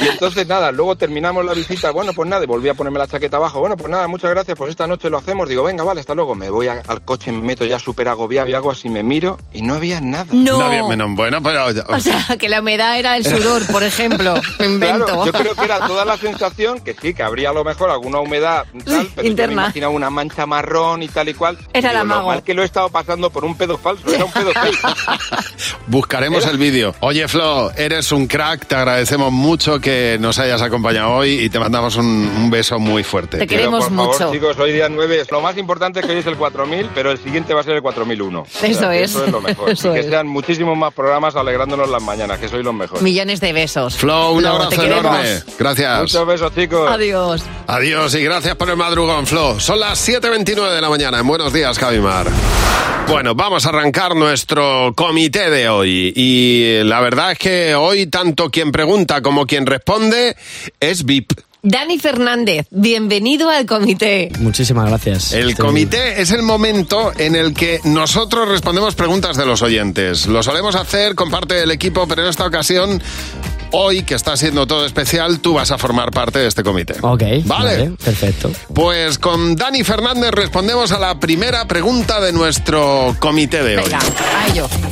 Speaker 7: Y entonces, nada, luego terminamos la visita, bueno, pues nada, y volví a ponerme la chaqueta abajo, bueno, pues nada, muchas gracias, pues esta noche lo hacemos, digo, venga, vale, hasta luego, me voy a- al coche, me meto ya súper agobiado y hago así, me miro, y no había nada.
Speaker 4: No. No
Speaker 3: Bien, menos bueno, pero...
Speaker 4: O sea, que la humedad era el sudor, por ejemplo. Me invento.
Speaker 7: Claro, yo creo que era toda la sensación que sí, que habría a lo mejor alguna humedad tal, pero yo
Speaker 4: interna.
Speaker 7: me imaginaba una mancha marrón y tal y cual.
Speaker 4: Era
Speaker 7: Digo,
Speaker 4: la
Speaker 7: lo
Speaker 4: mago.
Speaker 7: mal que lo he estado pasando por un pedo falso, era un pedo fake.
Speaker 3: Buscaremos el vídeo. Oye, Flo, eres un crack. Te agradecemos mucho que nos hayas acompañado hoy y te mandamos un, un beso muy fuerte.
Speaker 7: Pero, por favor, chicos, hoy día 9. Lo más importante es que hoy es el 4000, pero el siguiente va a ser el 4001. O sea,
Speaker 4: Eso
Speaker 7: que
Speaker 4: es.
Speaker 7: Eso es lo mejor.
Speaker 4: Eso
Speaker 7: Y que
Speaker 4: es.
Speaker 7: sean muchísimos más programas alegrándonos las mañanas, que sois los mejores.
Speaker 4: Millones de besos.
Speaker 3: Flo, un
Speaker 4: te
Speaker 3: abrazo
Speaker 4: queremos.
Speaker 3: enorme. Gracias.
Speaker 7: Muchos besos, chicos.
Speaker 4: Adiós.
Speaker 3: Adiós y gracias por el madrugón, Flo. Son las 7.29 de la mañana. En Buenos días, Javimar. Bueno, vamos a arrancar nuestro comité de hoy. Y la verdad es que hoy tanto quien pregunta como quien responde es VIP.
Speaker 4: Dani Fernández, bienvenido al comité.
Speaker 15: Muchísimas gracias.
Speaker 3: El comité es el momento en el que nosotros respondemos preguntas de los oyentes. Lo solemos hacer con parte del equipo, pero en esta ocasión, hoy que está siendo todo especial, tú vas a formar parte de este comité.
Speaker 15: Ok. ¿Eh? Vale.
Speaker 3: Vale.
Speaker 15: perfecto.
Speaker 3: Pues con Dani Fernández respondemos a la primera pregunta de nuestro comité de hoy.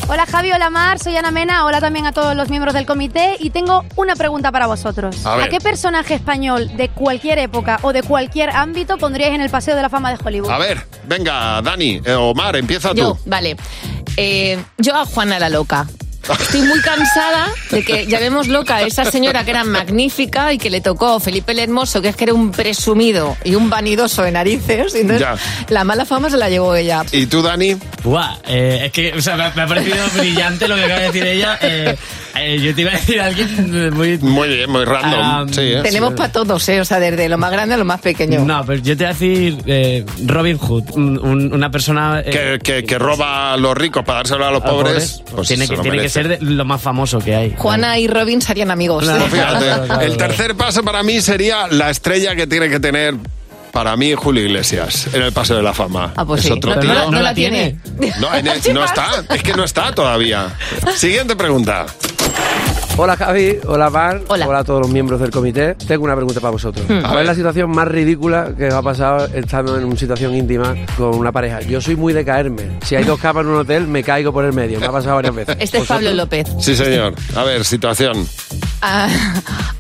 Speaker 16: Hola Javi, hola Mar, soy Ana Mena, hola también a todos los miembros del comité y tengo una pregunta para vosotros.
Speaker 3: A ver.
Speaker 16: qué personaje español de cualquier época o de cualquier ámbito pondríais en el Paseo de la Fama de Hollywood?
Speaker 3: A ver, venga, Dani, eh, Omar, empieza tú.
Speaker 4: Yo, vale. Eh, yo a Juana la Loca. Estoy muy cansada de que llamemos loca a esa señora que era magnífica y que le tocó Felipe el Hermoso, que es que era un presumido y un vanidoso de narices. Y entonces
Speaker 3: Ya.
Speaker 4: la mala fama se la llevó ella.
Speaker 3: ¿Y tú, Dani?
Speaker 15: Buah, eh, es que o sea, me, ha- me ha parecido brillante lo que acaba de decir ella. Eh, eh, yo te iba a decir a alguien muy... Ah,
Speaker 3: Muy bien, muy
Speaker 15: random.
Speaker 4: Tenemos para todos, ¿eh? o sea, desde lo más grande a lo más pequeño.
Speaker 15: No, pero yo te iba a decir eh, Robin Hood, un- un- una persona... eh,
Speaker 3: Que, que- que roba a los ricos para dárselo a los
Speaker 15: a
Speaker 3: pobres. pues
Speaker 15: tiene
Speaker 3: se
Speaker 15: que,
Speaker 3: lo
Speaker 15: tiene que
Speaker 3: merece. Pues
Speaker 15: ser de lo más famoso que hay.
Speaker 4: Juana y Robin serían amigos.
Speaker 15: Claro,
Speaker 3: Fíjate, el tercer paso para mí sería la estrella que tiene que tener para mí Julio Iglesias en el Paseo de la Fama.
Speaker 4: Ah, pues
Speaker 3: Es
Speaker 4: sí.
Speaker 3: otro
Speaker 4: Pero no
Speaker 3: tío.
Speaker 4: la- no la tiene.
Speaker 3: No, en el- no está, es que no está todavía. Siguiente pregunta.
Speaker 17: Hola Javi, hola Van, hola. a todos los miembros del comité. Tengo una pregunta para vosotros.
Speaker 3: Hmm. A
Speaker 17: ¿Cuál
Speaker 3: ver.
Speaker 17: es la situación más ridícula que os ha pasado estando en una situación íntima con una pareja? Yo soy muy de caerme. Si hay dos camas en un hotel, me caigo por el medio. Me ha pasado varias veces.
Speaker 4: Este es Pablo López.
Speaker 3: Sí, señor. A ver, situación.
Speaker 4: A,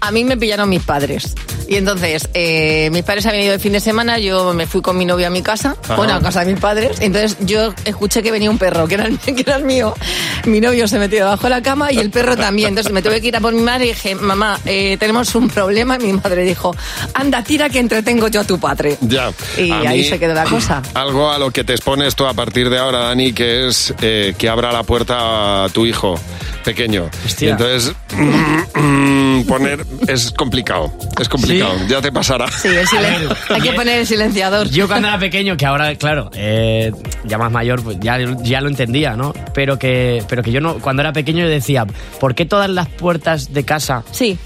Speaker 4: a mí me pillaron mis padres. Y entonces, eh, mis padres habían ido el fin de semana, yo me fui con mi novio a mi casa,
Speaker 18: Ajá.
Speaker 4: bueno, a casa de mis padres. Entonces, yo escuché que venía un perro, que era el, que era el mío. Mi novio se metió debajo de la cama y el perro también. Entonces, me tuve que ir a por mi madre y dije, mamá, eh, tenemos un problema. Y mi madre dijo, anda, tira que entretengo yo a tu padre.
Speaker 3: Ya.
Speaker 4: Y
Speaker 3: A
Speaker 4: ahí
Speaker 3: mí,
Speaker 4: se quedó la cosa.
Speaker 3: Algo a lo que te expones tú a partir de ahora, Dani, que es eh, que abra la puerta a tu hijo pequeño. Y entonces, mm, poner es complicado. Es complicado. Ya te pasará.
Speaker 4: Sí, el silen- Hay que poner el silenciador.
Speaker 15: Yo cuando era pequeño, que ahora, claro, eh, ya más mayor, pues ya, ya lo entendía, ¿no? Pero que, pero que yo no, cuando era pequeño yo decía, ¿por qué todas las puertas de casa?
Speaker 4: Sí.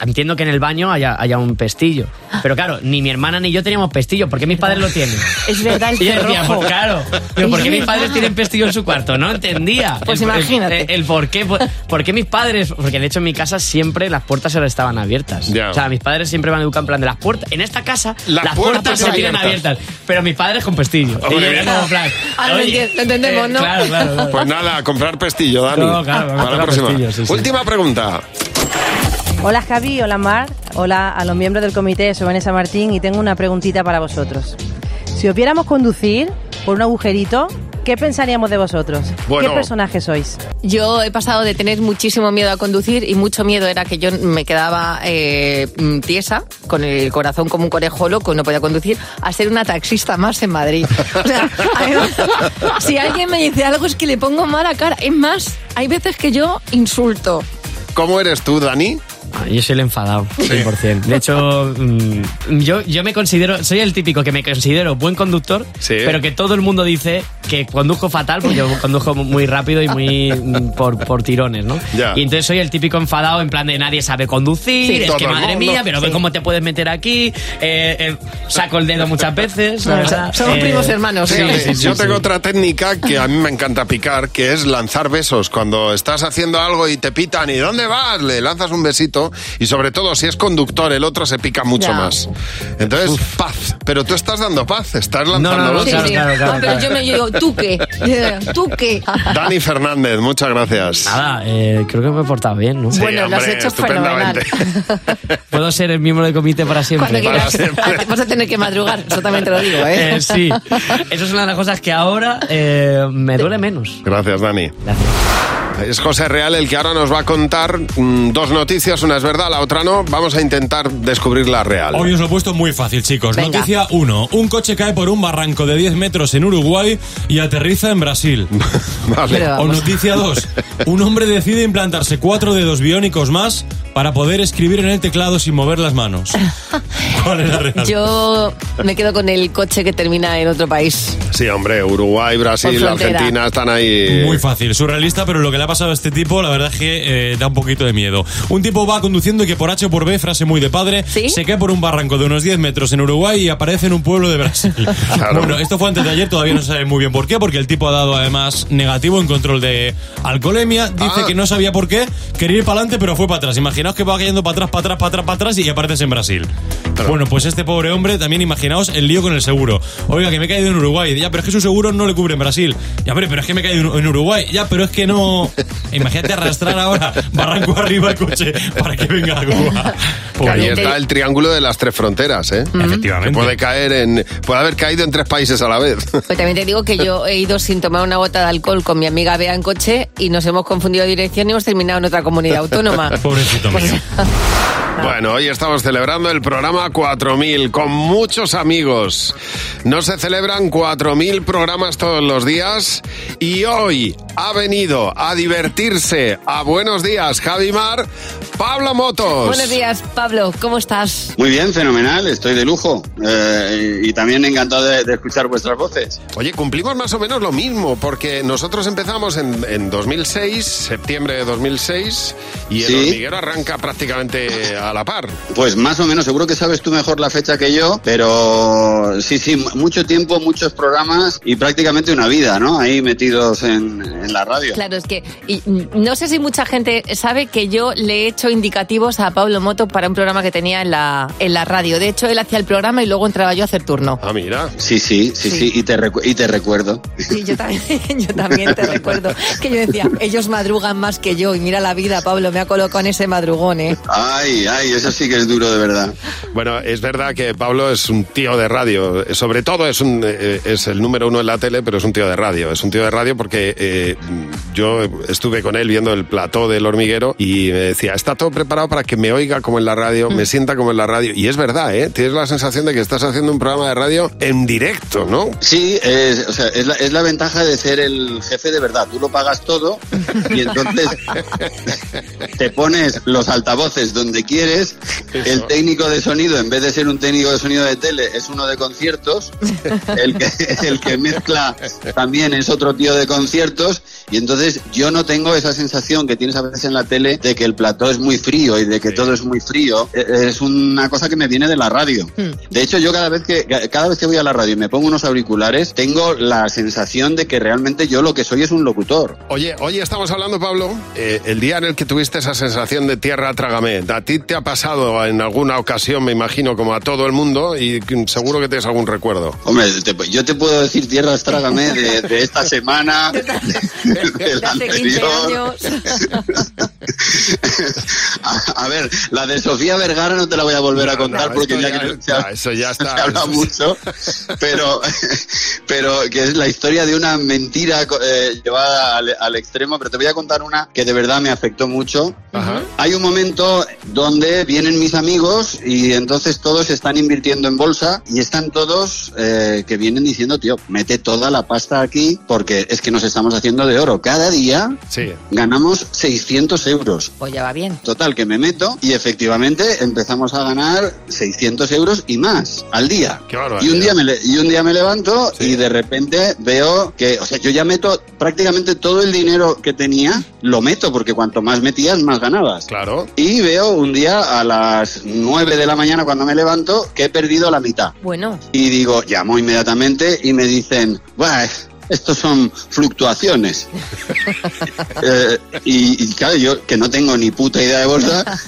Speaker 15: entiendo que en el baño haya, haya un pestillo. Pero claro, ni mi hermana ni yo teníamos pestillo, porque mis padres lo tienen.
Speaker 4: Es verdad, el
Speaker 15: Y yo decía,
Speaker 4: cerrojo.
Speaker 15: pues claro, digo,
Speaker 4: Es
Speaker 15: ¿por qué mis
Speaker 4: verdad.
Speaker 15: padres tienen pestillo en su cuarto? No entendía. Eh,
Speaker 4: Pues
Speaker 15: El- el-
Speaker 4: imagínate.
Speaker 15: El, por qué, por, por qué mis padres, porque de hecho en mi casa siempre las puertas ahora estaban abiertas.
Speaker 3: Ya.
Speaker 15: O sea, mis padres siempre me han educado en plan de las puertas. En esta casa
Speaker 3: Las
Speaker 15: las,
Speaker 3: puertas
Speaker 15: puertas,
Speaker 3: son
Speaker 15: se tienen
Speaker 3: abiertas.
Speaker 15: abiertas. Pero mis padres con pestillo.
Speaker 3: Hombre,
Speaker 15: Y yo
Speaker 3: bien.
Speaker 15: era como en plan,
Speaker 4: Ah, lo
Speaker 15: oye,
Speaker 4: enti- lo entendemos,
Speaker 15: eh,
Speaker 4: ¿no?
Speaker 15: Claro, claro. claro.
Speaker 3: Pues nada, a comprar pestillo, Dani.
Speaker 15: No, claro, a
Speaker 3: Para la
Speaker 15: comprar
Speaker 3: próxima.
Speaker 15: pestillo, sí, sí.
Speaker 3: Última pregunta.
Speaker 19: Hola Javi, hola Mar, hola a los miembros del comité, soy Vanessa Martín y tengo una preguntita para vosotros. Si os viéramos conducir por un agujerito, ¿qué pensaríamos de vosotros?
Speaker 4: Bueno.
Speaker 19: ¿Qué personaje sois?
Speaker 4: Yo he pasado de tener muchísimo miedo a conducir y mucho miedo era que yo me quedaba eh, mm, tiesa, con el corazón como un conejo loco, no podía conducir, a ser una taxista más en Madrid. O sea, a mí
Speaker 15: eh.
Speaker 4: me- si alguien me dice algo es que le pongo mala cara. Es más, hay veces que yo insulto.
Speaker 3: ¿Cómo eres tú, Dani?
Speaker 15: Ah, Yo soy el enfadado, 100%. De hecho, mm, yo, yo me considero, soy el típico que me considero buen conductor, pero que todo el mundo dice que conduzco fatal porque yo conduzco muy rápido y muy mm, por, por tirones, ¿no?
Speaker 3: Ya.
Speaker 15: Y entonces soy el típico enfadado en plan de nadie sabe conducir,
Speaker 3: Sí.
Speaker 15: es
Speaker 3: Todo
Speaker 15: que
Speaker 3: el
Speaker 15: madre
Speaker 3: mundo.
Speaker 15: mía, pero
Speaker 3: Sí.
Speaker 15: ¿cómo te puedes meter aquí? Eh, eh, saco el dedo muchas veces. la
Speaker 4: Claro,
Speaker 15: verdad.
Speaker 4: somos
Speaker 15: Eh,
Speaker 4: primos hermanos.
Speaker 15: sí,
Speaker 3: Fíjate,
Speaker 15: sí, sí,
Speaker 3: yo
Speaker 15: sí.
Speaker 3: tengo otra técnica que a mí me encanta picar, que es lanzar besos. Cuando estás haciendo algo y te pitan, ¿y dónde vas? Le lanzas un besito y sobre todo si es conductor, el otro se pica mucho
Speaker 4: Ya.
Speaker 3: más. Entonces, paz. Pero tú estás dando paz, estás lanzando
Speaker 15: no, no,
Speaker 3: besos.
Speaker 15: claro, claro, claro,
Speaker 4: Ah, pero yo me digo, ¿tú qué? ¿Tú qué?
Speaker 3: Dani Fernández, muchas gracias.
Speaker 15: Nada, eh, creo que me he portado bien, ¿no?
Speaker 3: Sí, Bueno, lo has hombre, hecho fenomenal.
Speaker 15: Puedo ser el miembro del comité para
Speaker 4: Cuando
Speaker 15: siempre.
Speaker 4: quieras. Vas a tener que madrugar, eso también te lo digo, ¿eh?
Speaker 15: Eh, sí, eso es una de las cosas que ahora eh, me duele menos.
Speaker 3: Gracias, Dani. Es José Real el que ahora nos va a contar mm, dos noticias, una es verdad, la otra no. Vamos a intentar descubrir la real.
Speaker 20: Hoy os lo he puesto muy fácil, chicos.
Speaker 3: Venga.
Speaker 20: Noticia 1. Un coche cae por un barranco de 10 metros en Uruguay y aterriza en Brasil.
Speaker 3: Vale. Pero
Speaker 20: O
Speaker 3: vamos.
Speaker 20: noticia 2. Un hombre decide implantarse cuatro dedos biónicos más para poder escribir en el teclado sin mover las manos. ¿Cuál es la real?
Speaker 4: Yo me quedo con el coche que termina en otro país.
Speaker 3: Sí, hombre, Uruguay, Brasil,
Speaker 4: Por frontera.
Speaker 3: Argentina están ahí.
Speaker 20: Muy fácil, surrealista, pero lo que le ha pasado a este tipo, la verdad es que eh, da un poquito de miedo. Un tipo va conduciendo y que por H o por B, frase muy de padre, se cae por un barranco de unos 10 metros en Uruguay y aparece en un pueblo de Brasil. Bueno, esto fue antes de ayer, todavía no sabe muy bien por qué, porque el tipo ha dado además negativo en control de alcoholemia. Dice que no sabía por qué, quería ir para adelante, pero fue para atrás. Imaginaos imaginaos que va cayendo para atrás, para atrás, para atrás, para atrás y apareces en Brasil. Bueno, pues este pobre hombre, también imaginaos el lío con el seguro. Oiga, que me he caído en Uruguay. Ya, pero es que su seguro no le cubre en Brasil. Ya, hombre, pero es que me he caído en Uruguay. Ya, pero es que no. Imagínate arrastrar ahora barranco arriba el coche para que venga a Cuba.
Speaker 3: Que ahí está el triángulo de las tres fronteras, ¿eh? Efectivamente. puede caer en. Puede haber caído en tres países a la vez.
Speaker 4: Pues también te digo que yo he ido sin tomar una gota de alcohol con mi amiga Bea en coche y nos hemos confundido de dirección y hemos terminado en otra comunidad autónoma.
Speaker 20: Pobrecito mío.
Speaker 3: Bueno, hoy estamos celebrando el programa 4000 con muchos amigos. No se celebran 4000 programas todos los días y hoy ha venido a divertirse a Buenos Días Javi Mar, Pablo Motos.
Speaker 4: Buenos días, Pablo, ¿cómo estás?
Speaker 18: Muy bien, fenomenal, estoy de lujo Eh, y también encantado de, de escuchar vuestras voces.
Speaker 3: Oye, cumplimos más o menos lo mismo, porque nosotros empezamos en, en 2006, septiembre de 2006, y el
Speaker 18: Sí.
Speaker 3: hormiguero arranca prácticamente a la par.
Speaker 18: Pues más o menos, seguro que sabes tú mejor la fecha que yo, pero sí, sí, mucho tiempo, muchos programas y prácticamente una vida, ¿no? Ahí metidos en, en la radio.
Speaker 4: Claro, es que y, mm, no sé si mucha gente sabe que yo le he hecho indicativos a Pablo Moto para un programa que tenía en la, en la radio. De hecho, él hacía el programa y luego entraba yo a hacer turno.
Speaker 3: Ah, mira.
Speaker 18: Sí, sí, sí, sí, y, te recu- y te recuerdo.
Speaker 4: Sí, yo también, yo también te recuerdo que yo decía, ellos madrugan más que yo y mira la vida, Pablo, me ha colocado en ese madrugón, ¿eh?
Speaker 18: Ay, ay, eso sí que es duro de verdad.
Speaker 3: Bueno, es verdad que Pablo es un tío de radio. eh, Sobre todo es, un, eh, es el número uno en la tele, pero es un tío de radio. Es un tío de radio porque eh, yo estuve con él viendo el plató del hormiguero y me decía, está todo preparado para que me oiga como en la radio, me sienta como en la radio. Y es verdad, ¿eh? Tienes la sensación de que estás haciendo un programa de radio en directo, ¿no?
Speaker 18: Sí, es, o sea, es, la, es la ventaja de ser el jefe de verdad. Tú lo pagas todo y entonces te pones los altavoces donde quieres. El técnico de sonido, en vez de ser un técnico de sonido de tele, es uno de conciertos. El que, el que mezcla también es otro tío de conciertos. Y entonces yo no tengo esa sensación que tienes a veces en la tele de que el plató es muy frío y de que todo es muy frío. E- Es una cosa que me viene de la radio. De hecho, yo cada vez que ca- cada vez que voy a la radio y me pongo unos auriculares, tengo la sensación de que realmente yo lo que soy es un locutor.
Speaker 3: Oye, hoy estamos hablando, Pablo, eh, el día en el que tuviste esa sensación de tierra, trágame. A ti te ha pasado en alguna ocasión, me imagino, como a todo el mundo, y seguro que tienes algún recuerdo.
Speaker 18: Hombre, te- yo te puedo decir tierras trágame de, de esta semana, del anterior. A, a ver, la de Sofía Vergara no te la voy a volver a contar porque ya, que se ha-
Speaker 3: Eso ya está.
Speaker 18: se habla mucho, pero, pero que es la historia de una mentira co- eh, llevada al, al extremo, pero te voy a contar una que de verdad me afectó mucho. Hay un momento donde vienen mis amigos y entonces todos están invirtiendo en bolsa y están todos eh, que vienen diciendo, tío, mete toda la pasta aquí porque es que nos estamos haciendo de oro. Cada día
Speaker 3: Sí.
Speaker 18: ganamos 600 euros.
Speaker 4: Pues ya va bien.
Speaker 18: Total, que me meto y efectivamente empezamos a ganar 600 euros y más al día.
Speaker 3: barbaridad.
Speaker 18: y, un día me le- y un día me levanto y de repente veo que, o sea, yo ya meto prácticamente todo el dinero que tenía, lo meto porque cuanto más metías, más ganabas.
Speaker 3: Claro.
Speaker 18: Y veo un día a las 9 de la mañana cuando me levanto que he perdido la mitad.
Speaker 4: Bueno,
Speaker 18: Y digo, llamo inmediatamente y me dicen, "Buah, estos son fluctuaciones. Eh, y, y claro, yo que no tengo ni puta idea de bolsa,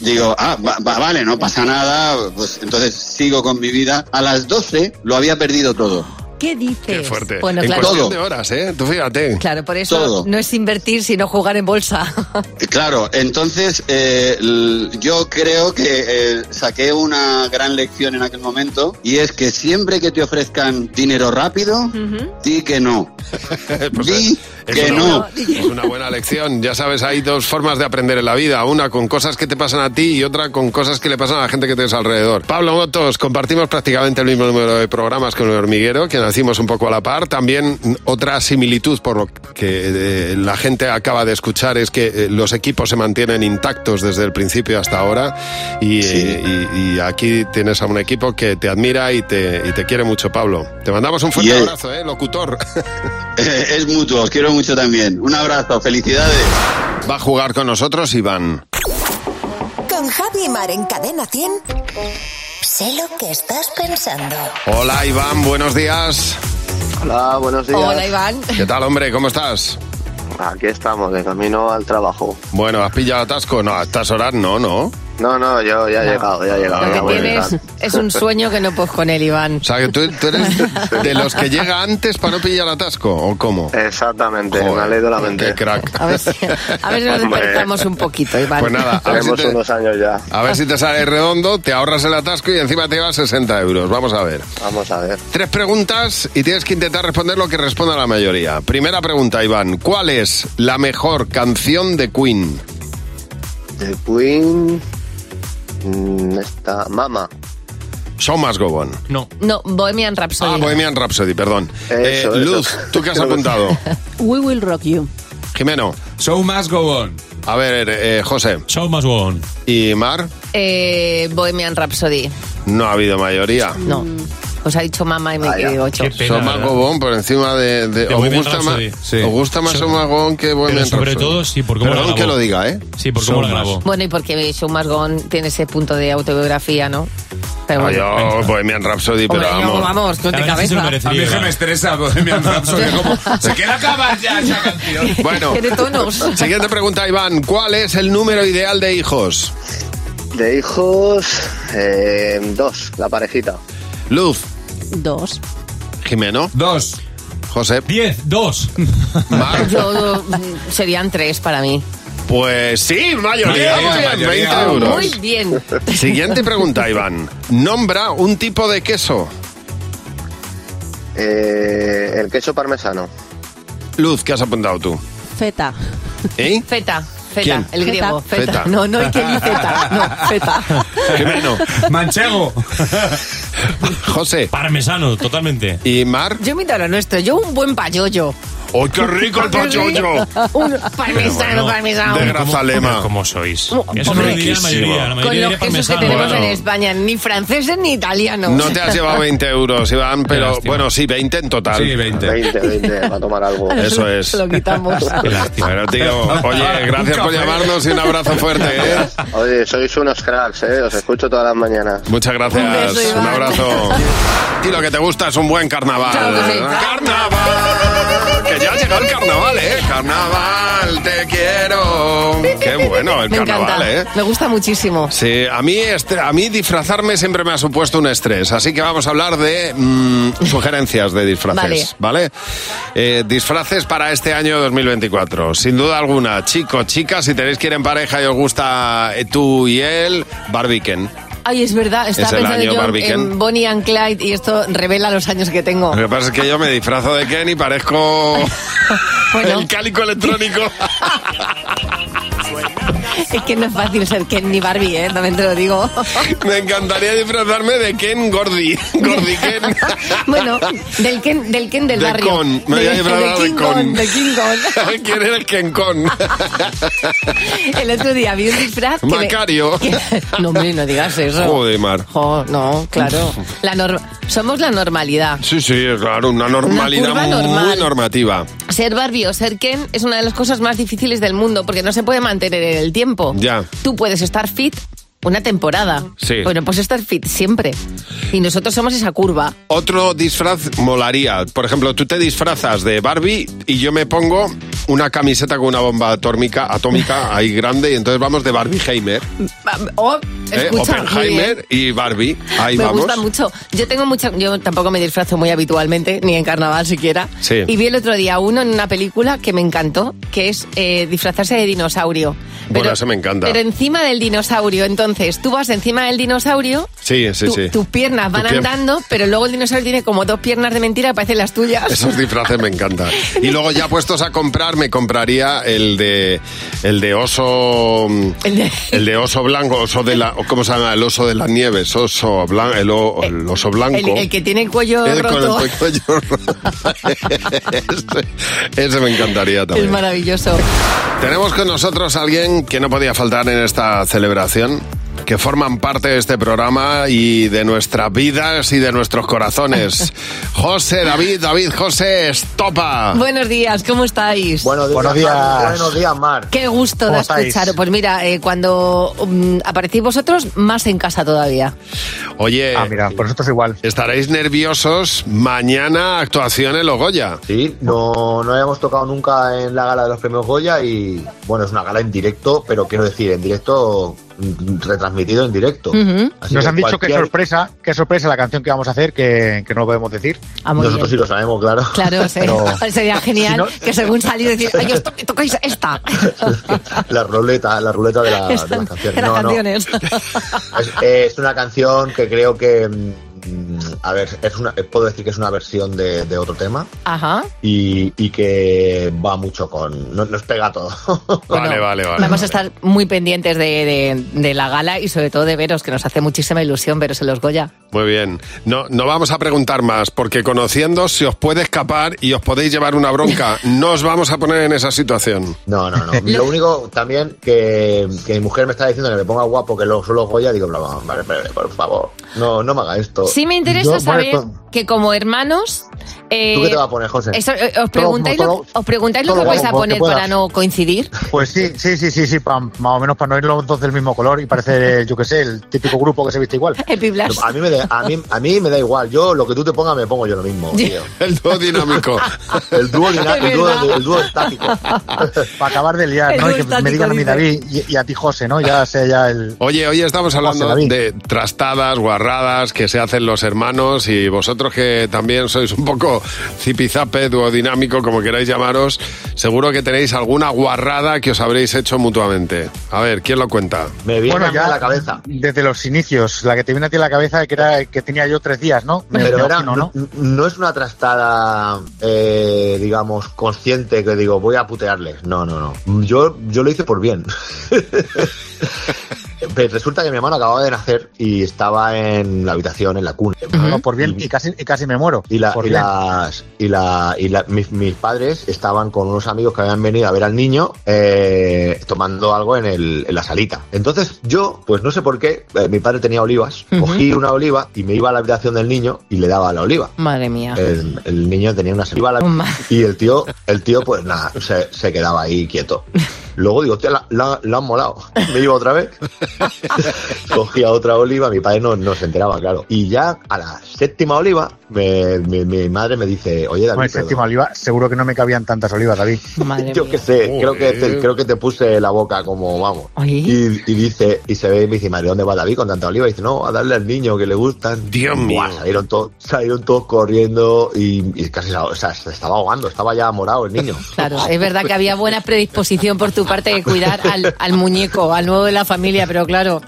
Speaker 18: digo, ah, va- va- vale, no pasa nada, pues entonces sigo con mi vida. A las 12 lo había perdido todo.
Speaker 4: ¿qué dices?
Speaker 3: Qué fuerte.
Speaker 4: Bueno,
Speaker 3: en
Speaker 4: claro,
Speaker 3: cuestión de horas, ¿eh? Tú fíjate.
Speaker 4: claro, por eso
Speaker 18: Todo.
Speaker 4: no es invertir, sino jugar en bolsa.
Speaker 18: Claro, entonces eh, l- yo creo que eh, saqué una gran lección en aquel momento y es que siempre que te ofrezcan dinero rápido, di que no.
Speaker 3: Mm. Pues
Speaker 18: di
Speaker 3: es
Speaker 18: que
Speaker 3: una
Speaker 18: no.
Speaker 3: buena- es una buena lección. Ya sabes, hay dos formas de aprender en la vida. Una con cosas que te pasan a ti y otra con cosas que le pasan a la gente que tienes alrededor. Pablo Motos, compartimos prácticamente el mismo número de programas con el hormiguero, que nacimos un poco a la par. También mm, otra similitud por lo que eh, la gente acaba de escuchar es que eh, los equipos se mantienen intactos desde el principio hasta ahora. Y, eh, y- y aquí tienes a un equipo que te admira y te, y te quiere mucho, Pablo. Te mandamos un fuerte
Speaker 18: Y él-
Speaker 3: abrazo, ¿eh, locutor.
Speaker 18: Eh, es mutuo, os quiero mucho también. Un abrazo, felicidades.
Speaker 3: Va a jugar con nosotros Iván.
Speaker 21: Con Javi y Mar en Cadena 100. Sé lo que estás pensando.
Speaker 3: Hola Iván, buenos días.
Speaker 22: Hola, buenos
Speaker 4: Hola, Iván.
Speaker 3: ¿Qué tal, hombre? ¿Cómo estás?
Speaker 2: Aquí estamos, de camino al trabajo.
Speaker 3: Bueno, ¿has pillado atasco? No, a estas horas no, ¿no?
Speaker 2: No, no, yo ya he llegado, ya he llegado.
Speaker 3: Lo
Speaker 2: ya
Speaker 3: que
Speaker 2: voy a
Speaker 3: tienes-
Speaker 2: llegar.
Speaker 4: Es un sueño que no puedes con él, Iván.
Speaker 3: O sea, que tú, tú eres de los que llega antes para no pillar atasco, ¿o cómo?
Speaker 2: Exactamente, una ley de la mente.
Speaker 3: Qué crack.
Speaker 4: A ver si, a ver si nos
Speaker 3: Hombre.
Speaker 4: despertamos un poquito, Iván.
Speaker 3: Pues nada, a ver si
Speaker 2: Tenemos
Speaker 3: te-
Speaker 2: unos años ya.
Speaker 3: A ver si te sale redondo, te ahorras el atasco y encima te llevas 60 euros. Vamos a ver.
Speaker 2: Vamos a ver.
Speaker 3: Tres preguntas y tienes que intentar responder lo que responda la mayoría. Primera pregunta, Iván. ¿Cuál es la mejor canción de Queen?
Speaker 2: De Queen. mm, Esta. Mama.
Speaker 3: Show Must Go On.
Speaker 20: No.
Speaker 4: No, Bohemian Rhapsody.
Speaker 3: Ah, Bohemian Rhapsody, perdón.
Speaker 2: Eso,
Speaker 3: Eh,
Speaker 2: eso.
Speaker 3: Luz, ¿tú qué has apuntado?
Speaker 22: We will rock you.
Speaker 3: Jimeno.
Speaker 20: Show Must Go On.
Speaker 3: A ver, eh, José.
Speaker 20: Show Must Go On.
Speaker 3: ¿Y Mar?
Speaker 4: Eh, Bohemian Rhapsody.
Speaker 3: No ha habido mayoría.
Speaker 4: No. Os ha dicho mamá y me he digo ocho.
Speaker 3: Soma Gobón por encima de... de-
Speaker 20: De
Speaker 3: ¿Os
Speaker 20: Bohemian
Speaker 3: gusta más,
Speaker 20: Rhapsody, sí.
Speaker 3: os gusta más
Speaker 20: So-
Speaker 3: Soma Gobón que Bohemian
Speaker 20: Pero sobre
Speaker 3: Rhapsody?
Speaker 20: todo, sí, por cómo la
Speaker 3: Perdón
Speaker 20: grabó.
Speaker 3: que lo diga, ¿eh?
Speaker 20: Sí, por cómo la
Speaker 3: Soma.
Speaker 20: grabó.
Speaker 4: Bueno, y porque Show Must Go On tiene ese punto de autobiografía, ¿no? Pero
Speaker 3: Ah,
Speaker 4: bueno.
Speaker 3: yo, Bohemian Rhapsody, pero
Speaker 4: Hombre, no,
Speaker 3: vamos.
Speaker 4: vamos, no te La verdad es que se lo cabeza. merecía,
Speaker 23: A mí es que me estresa
Speaker 6: pues,
Speaker 23: Bohemian Rhapsody. Como, se queda acabar ya esa canción.
Speaker 3: Bueno, siguiente pregunta, Iván. ¿Cuál es el número ideal de hijos?
Speaker 2: De hijos. eh, dos, la parejita.
Speaker 3: Luz,
Speaker 22: Dos.
Speaker 3: Jimeno.
Speaker 20: Dos.
Speaker 3: José.
Speaker 20: Diez, dos.
Speaker 4: Yo, mm, serían tres para mí.
Speaker 3: Pues sí, mayoría.
Speaker 4: Mayoría,
Speaker 3: Muy bien,
Speaker 4: mayoría.
Speaker 3: 20 euros.
Speaker 4: Muy bien.
Speaker 3: Siguiente pregunta, Iván. Nombra un tipo de queso.
Speaker 2: Eh, el queso parmesano.
Speaker 3: Luz, ¿qué has apuntado tú?
Speaker 22: Feta.
Speaker 3: ¿Eh?
Speaker 4: Feta. Feta,
Speaker 3: ¿Quién?
Speaker 4: el griego.
Speaker 3: Feta.
Speaker 4: Feta.
Speaker 3: Feta.
Speaker 4: No, no, hay que ni feta. No, feta.
Speaker 3: Jimeno.
Speaker 20: Manchego.
Speaker 3: José.
Speaker 20: Parmesano, totalmente.
Speaker 3: ¿Y Mar?
Speaker 4: Yo miro a lo nuestro. Yo un buen payoyo.
Speaker 3: ¡Ay, qué rico el
Speaker 4: Qué
Speaker 3: pachoyo!
Speaker 4: rico. Un parmesano, parmesano.
Speaker 3: De grazalema.
Speaker 20: ¿Cómo sois?
Speaker 4: Hombre,
Speaker 20: Eso no lo diría la mayoría. La
Speaker 3: Con
Speaker 4: Con
Speaker 20: mayoría
Speaker 4: los
Speaker 20: diría
Speaker 4: quesos que
Speaker 20: parmesano.
Speaker 4: tenemos
Speaker 3: Bueno.
Speaker 4: en España, ni franceses ni italianos.
Speaker 3: No te has llevado 20 euros, Iván, pero bueno, sí, 20 en total.
Speaker 20: Sí, 20.
Speaker 2: 20, 20, va a tomar algo.
Speaker 3: Eso es.
Speaker 4: Lo quitamos.
Speaker 3: Bueno, tío, oye, gracias por llamarnos y un abrazo fuerte, ¿eh?
Speaker 2: Oye, sois unos cracks, ¿eh? Os escucho todas las mañanas.
Speaker 3: Muchas gracias.
Speaker 2: Un beso,
Speaker 3: Un,
Speaker 2: Iván.
Speaker 3: abrazo. Y lo que te gusta es un buen carnaval. ¡Carnaval! Que ya ha llegado el carnaval, ¿eh? ¡Carnaval, te quiero! ¡Qué bueno el
Speaker 4: Me
Speaker 3: carnaval,
Speaker 4: encanta.
Speaker 3: ¿eh?
Speaker 4: Me gusta muchísimo.
Speaker 3: Sí, a mí, estre- a mí disfrazarme siempre me ha supuesto un estrés, así que vamos a hablar de mm, sugerencias de disfraces, ¿vale? Eh, disfraces para este año 2024. Sin duda alguna, chicos, chicas, si tenéis que ir en pareja y os gusta eh, tú y él, barbiquen.
Speaker 4: Ay, es verdad, estaba
Speaker 3: Es el
Speaker 4: pensando
Speaker 3: año
Speaker 4: yo
Speaker 3: Barbie
Speaker 4: en
Speaker 3: Ken.
Speaker 4: Bonnie and Clyde y esto revela los años que tengo.
Speaker 3: Lo que pasa es que yo me disfrazo de Ken y parezco el cálico electrónico.
Speaker 4: Es que no es fácil ser Ken ni Barbie, ¿eh? También te lo digo.
Speaker 3: Me encantaría disfrazarme de Ken Gordy. Gordy Ken.
Speaker 4: Bueno, del Ken del, Ken del
Speaker 3: de
Speaker 4: barrio.
Speaker 3: Con. Me voy a
Speaker 4: De-
Speaker 3: disfrazar de
Speaker 4: King Kong,
Speaker 3: Con.
Speaker 4: de King Kong.
Speaker 3: ¿Quién era el Ken Con?
Speaker 4: El otro día vi un disfraz que me-
Speaker 3: Macario.
Speaker 4: No, hombre, no digas eso.
Speaker 3: Joder, Mar.
Speaker 4: Jo, no, claro. La nor- Somos la normalidad.
Speaker 3: Sí, sí, claro, una normalidad
Speaker 4: curva normal.
Speaker 3: muy normativa.
Speaker 4: Ser Barbie o ser Ken es una de las cosas más difíciles del mundo porque no se puede mantener en el tiempo.
Speaker 3: Ya.
Speaker 4: Tú puedes estar fit una temporada.
Speaker 3: Sí.
Speaker 4: Bueno, pues estar fit siempre. Y nosotros somos esa curva.
Speaker 3: Otro disfraz molaría. Por ejemplo, tú te disfrazas de Barbie y yo me pongo una camiseta con una bomba atómica, atómica ahí grande y entonces vamos de Barbieheimer.
Speaker 4: Ah, Oh,
Speaker 3: ¿eh?
Speaker 4: escucha, muy bien.
Speaker 3: Oppenheimer y Barbie. Ahí
Speaker 4: me
Speaker 3: vamos.
Speaker 4: gusta mucho. Yo tengo mucha, yo tampoco me disfrazo muy habitualmente, ni en carnaval siquiera.
Speaker 3: Sí.
Speaker 4: Y vi el otro día uno en una película que me encantó, que es eh, disfrazarse de dinosaurio.
Speaker 3: Bueno, eso me encanta.
Speaker 4: Pero encima del dinosaurio, entonces, tú vas encima del dinosaurio,
Speaker 3: Sí, sí,
Speaker 4: tu-
Speaker 3: sí.
Speaker 4: tus piernas van
Speaker 3: Tu pier-
Speaker 4: andando, pero luego el dinosaurio tiene como dos piernas de mentira que parecen las tuyas.
Speaker 3: Esos disfraces me encantan. Y luego ya puestos a comprar, me compraría el de el de oso
Speaker 4: el de,
Speaker 3: oso blanco, oso de la ¿cómo se llama? El oso de las nieves, oso blanco, el, o- el oso blanco.
Speaker 4: El, el que tiene el cuello
Speaker 3: El con el
Speaker 4: roto.
Speaker 3: cuello roto. ese, ese me encantaría
Speaker 4: Es
Speaker 3: también.
Speaker 4: maravilloso.
Speaker 3: Tenemos con nosotros a alguien que no podía faltar en esta celebración. que forman parte de este programa y de nuestras vidas y de nuestros corazones. José, David, David, José,
Speaker 1: Ah.
Speaker 3: estopa.
Speaker 4: Buenos días, ¿cómo estáis?
Speaker 3: Buenos días. Buenos
Speaker 4: días, Mar. Qué gusto de
Speaker 3: ¿Cómo estáis?
Speaker 4: escuchar. Pues mira, eh, cuando mm, aparecéis vosotros, más en casa todavía.
Speaker 3: Oye. Ah, mira, por nosotros igual. Estaréis nerviosos mañana actuación en Logoya.
Speaker 1: Sí, no, no habíamos tocado nunca en la gala de los premios Goya y bueno, es una gala en directo, pero quiero decir, en directo mm, retransmitido en directo.
Speaker 11: Ujú.
Speaker 1: Así
Speaker 11: Nos
Speaker 1: que
Speaker 11: han dicho que
Speaker 1: cualquier-
Speaker 11: sorpresa, que sorpresa la canción que vamos a hacer, que, que no lo podemos decir.
Speaker 4: Ah, muy Nosotros bien.
Speaker 11: sí lo sabemos, claro.
Speaker 4: Claro, sí. sería genial
Speaker 11: Si no-
Speaker 4: que según salís decís, ay, os to- tocáis esta.
Speaker 1: La ruleta, la ruleta Ah, de, la, de las canciones.
Speaker 4: de las
Speaker 1: No, no.
Speaker 4: canciones.
Speaker 1: Es, es una canción que creo que. mm, A ver, es una, puedo decir que es una versión de, de otro tema
Speaker 4: Ajá.
Speaker 1: y, y que va mucho con. no- nos pega todo.
Speaker 3: Vale, vale, vale.
Speaker 4: Vamos a estar muy pendientes de, de- de la gala y sobre todo de veros, que nos hace muchísima ilusión veros en los Goya.
Speaker 3: Muy bien. No, no vamos a preguntar más, porque conociendo se os puede escapar y os podéis llevar una bronca. No os vamos a poner en esa situación.
Speaker 1: No, no, no. Lo único también que, que mi mujer me está diciendo que me ponga guapo, que lo solo Goya, digo, bla, bla, bla, vale, vale, por favor, no, no me haga esto.
Speaker 4: Sí me
Speaker 1: Yo,
Speaker 4: interesa
Speaker 1: bueno,
Speaker 4: saber
Speaker 1: esto-
Speaker 4: que como hermanos... eh,
Speaker 1: ¿Tú qué te vas a poner, José?
Speaker 4: eso, eh, os
Speaker 1: Todo,
Speaker 4: preguntáis,
Speaker 1: todo,
Speaker 4: lo, os preguntáis lo
Speaker 11: todo
Speaker 4: que vais a
Speaker 11: guapo, que
Speaker 4: poner
Speaker 11: puedas.
Speaker 4: para no coincidir.
Speaker 11: Pues sí, sí, sí, sí, sí, pa- más o menos para no ir los dos del mismo color y parecer, eh, yo qué sé, el típico grupo que se viste igual.
Speaker 4: El Piblas.
Speaker 1: A mí, me da, a, mí, a mí me da igual, yo lo que tú te pongas me pongo yo lo mismo, Oh, tío.
Speaker 3: El dúo dinámico.
Speaker 1: El dúo dinámico,
Speaker 11: Es
Speaker 1: el dúo,
Speaker 11: verdad.
Speaker 1: el dúo estático.
Speaker 11: Para acabar de liar,
Speaker 1: El
Speaker 11: ¿no? Y
Speaker 1: dúo
Speaker 11: que
Speaker 1: estático,
Speaker 11: me digan a mí
Speaker 1: dice.
Speaker 11: David y, y a ti José, ¿no? Ya sé, ya el...
Speaker 3: Oye, hoy estamos
Speaker 11: José
Speaker 3: hablando
Speaker 11: David.
Speaker 3: de trastadas, guarradas que se hacen los hermanos y vosotros que también sois un poco zipizape, duodinámico, como queráis llamaros, seguro que tenéis alguna guarrada que os habréis hecho mutuamente. A ver, ¿quién lo cuenta?
Speaker 1: Me
Speaker 3: viene
Speaker 11: Bueno,
Speaker 3: a mí
Speaker 11: ya
Speaker 3: a la cabeza.
Speaker 11: Desde los inicios, la que te viene a ti a la cabeza que era que tenía yo tres días, ¿no? Me-
Speaker 1: Pero
Speaker 11: me
Speaker 1: era,
Speaker 11: imagino,
Speaker 1: no,
Speaker 11: ¿no?
Speaker 1: no es una trastada, eh, digamos, consciente que digo, voy a putearles. No, no, no. Yo, yo lo hice por bien. Pues resulta que mi hermano acababa de nacer y estaba en la habitación, en la cuna.
Speaker 11: No, Ah, por bien y casi, y casi me muero.
Speaker 1: Y, la-
Speaker 11: Por
Speaker 1: y
Speaker 11: bien.
Speaker 1: las y la y la- mis, mis padres estaban con unos amigos que habían venido a ver al niño eh, tomando algo en, el- en la salita. Entonces yo, pues no sé por qué, eh, mi padre tenía olivas,
Speaker 4: Ujú.
Speaker 1: cogí una oliva y me iba a la habitación del niño y le daba la oliva.
Speaker 4: Madre mía.
Speaker 6: Eh,
Speaker 1: El, el niño tenía una saliva y el tío, el tío pues nada, se, se quedaba ahí quieto. Luego digo, hostia, la, la- la han molado. Me iba otra vez. Cogía otra oliva, mi padre no, no se enteraba, claro. Y ya a la séptima oliva, me- mi, mi madre me dice, oye, David,
Speaker 11: Bueno,
Speaker 1: perdón".
Speaker 11: séptima oliva, seguro que no me cabían tantas olivas, David.
Speaker 1: yo qué sé, creo que, te,
Speaker 11: Joder.
Speaker 1: creo que te puse la boca como, vamos. Y, y dice, y se ve y me dice, madre, ¿dónde va David con tanta oliva? Y dice, no, a darle al niño que le gustan. Dios mío. Salieron, to- salieron todos corriendo y, y casi se- o sea, se estaba ahogando, estaba ya morado el niño.
Speaker 4: Claro, es verdad que había buena predisposición por tu parte de cuidar al, al muñeco, al nuevo de la familia, pero claro,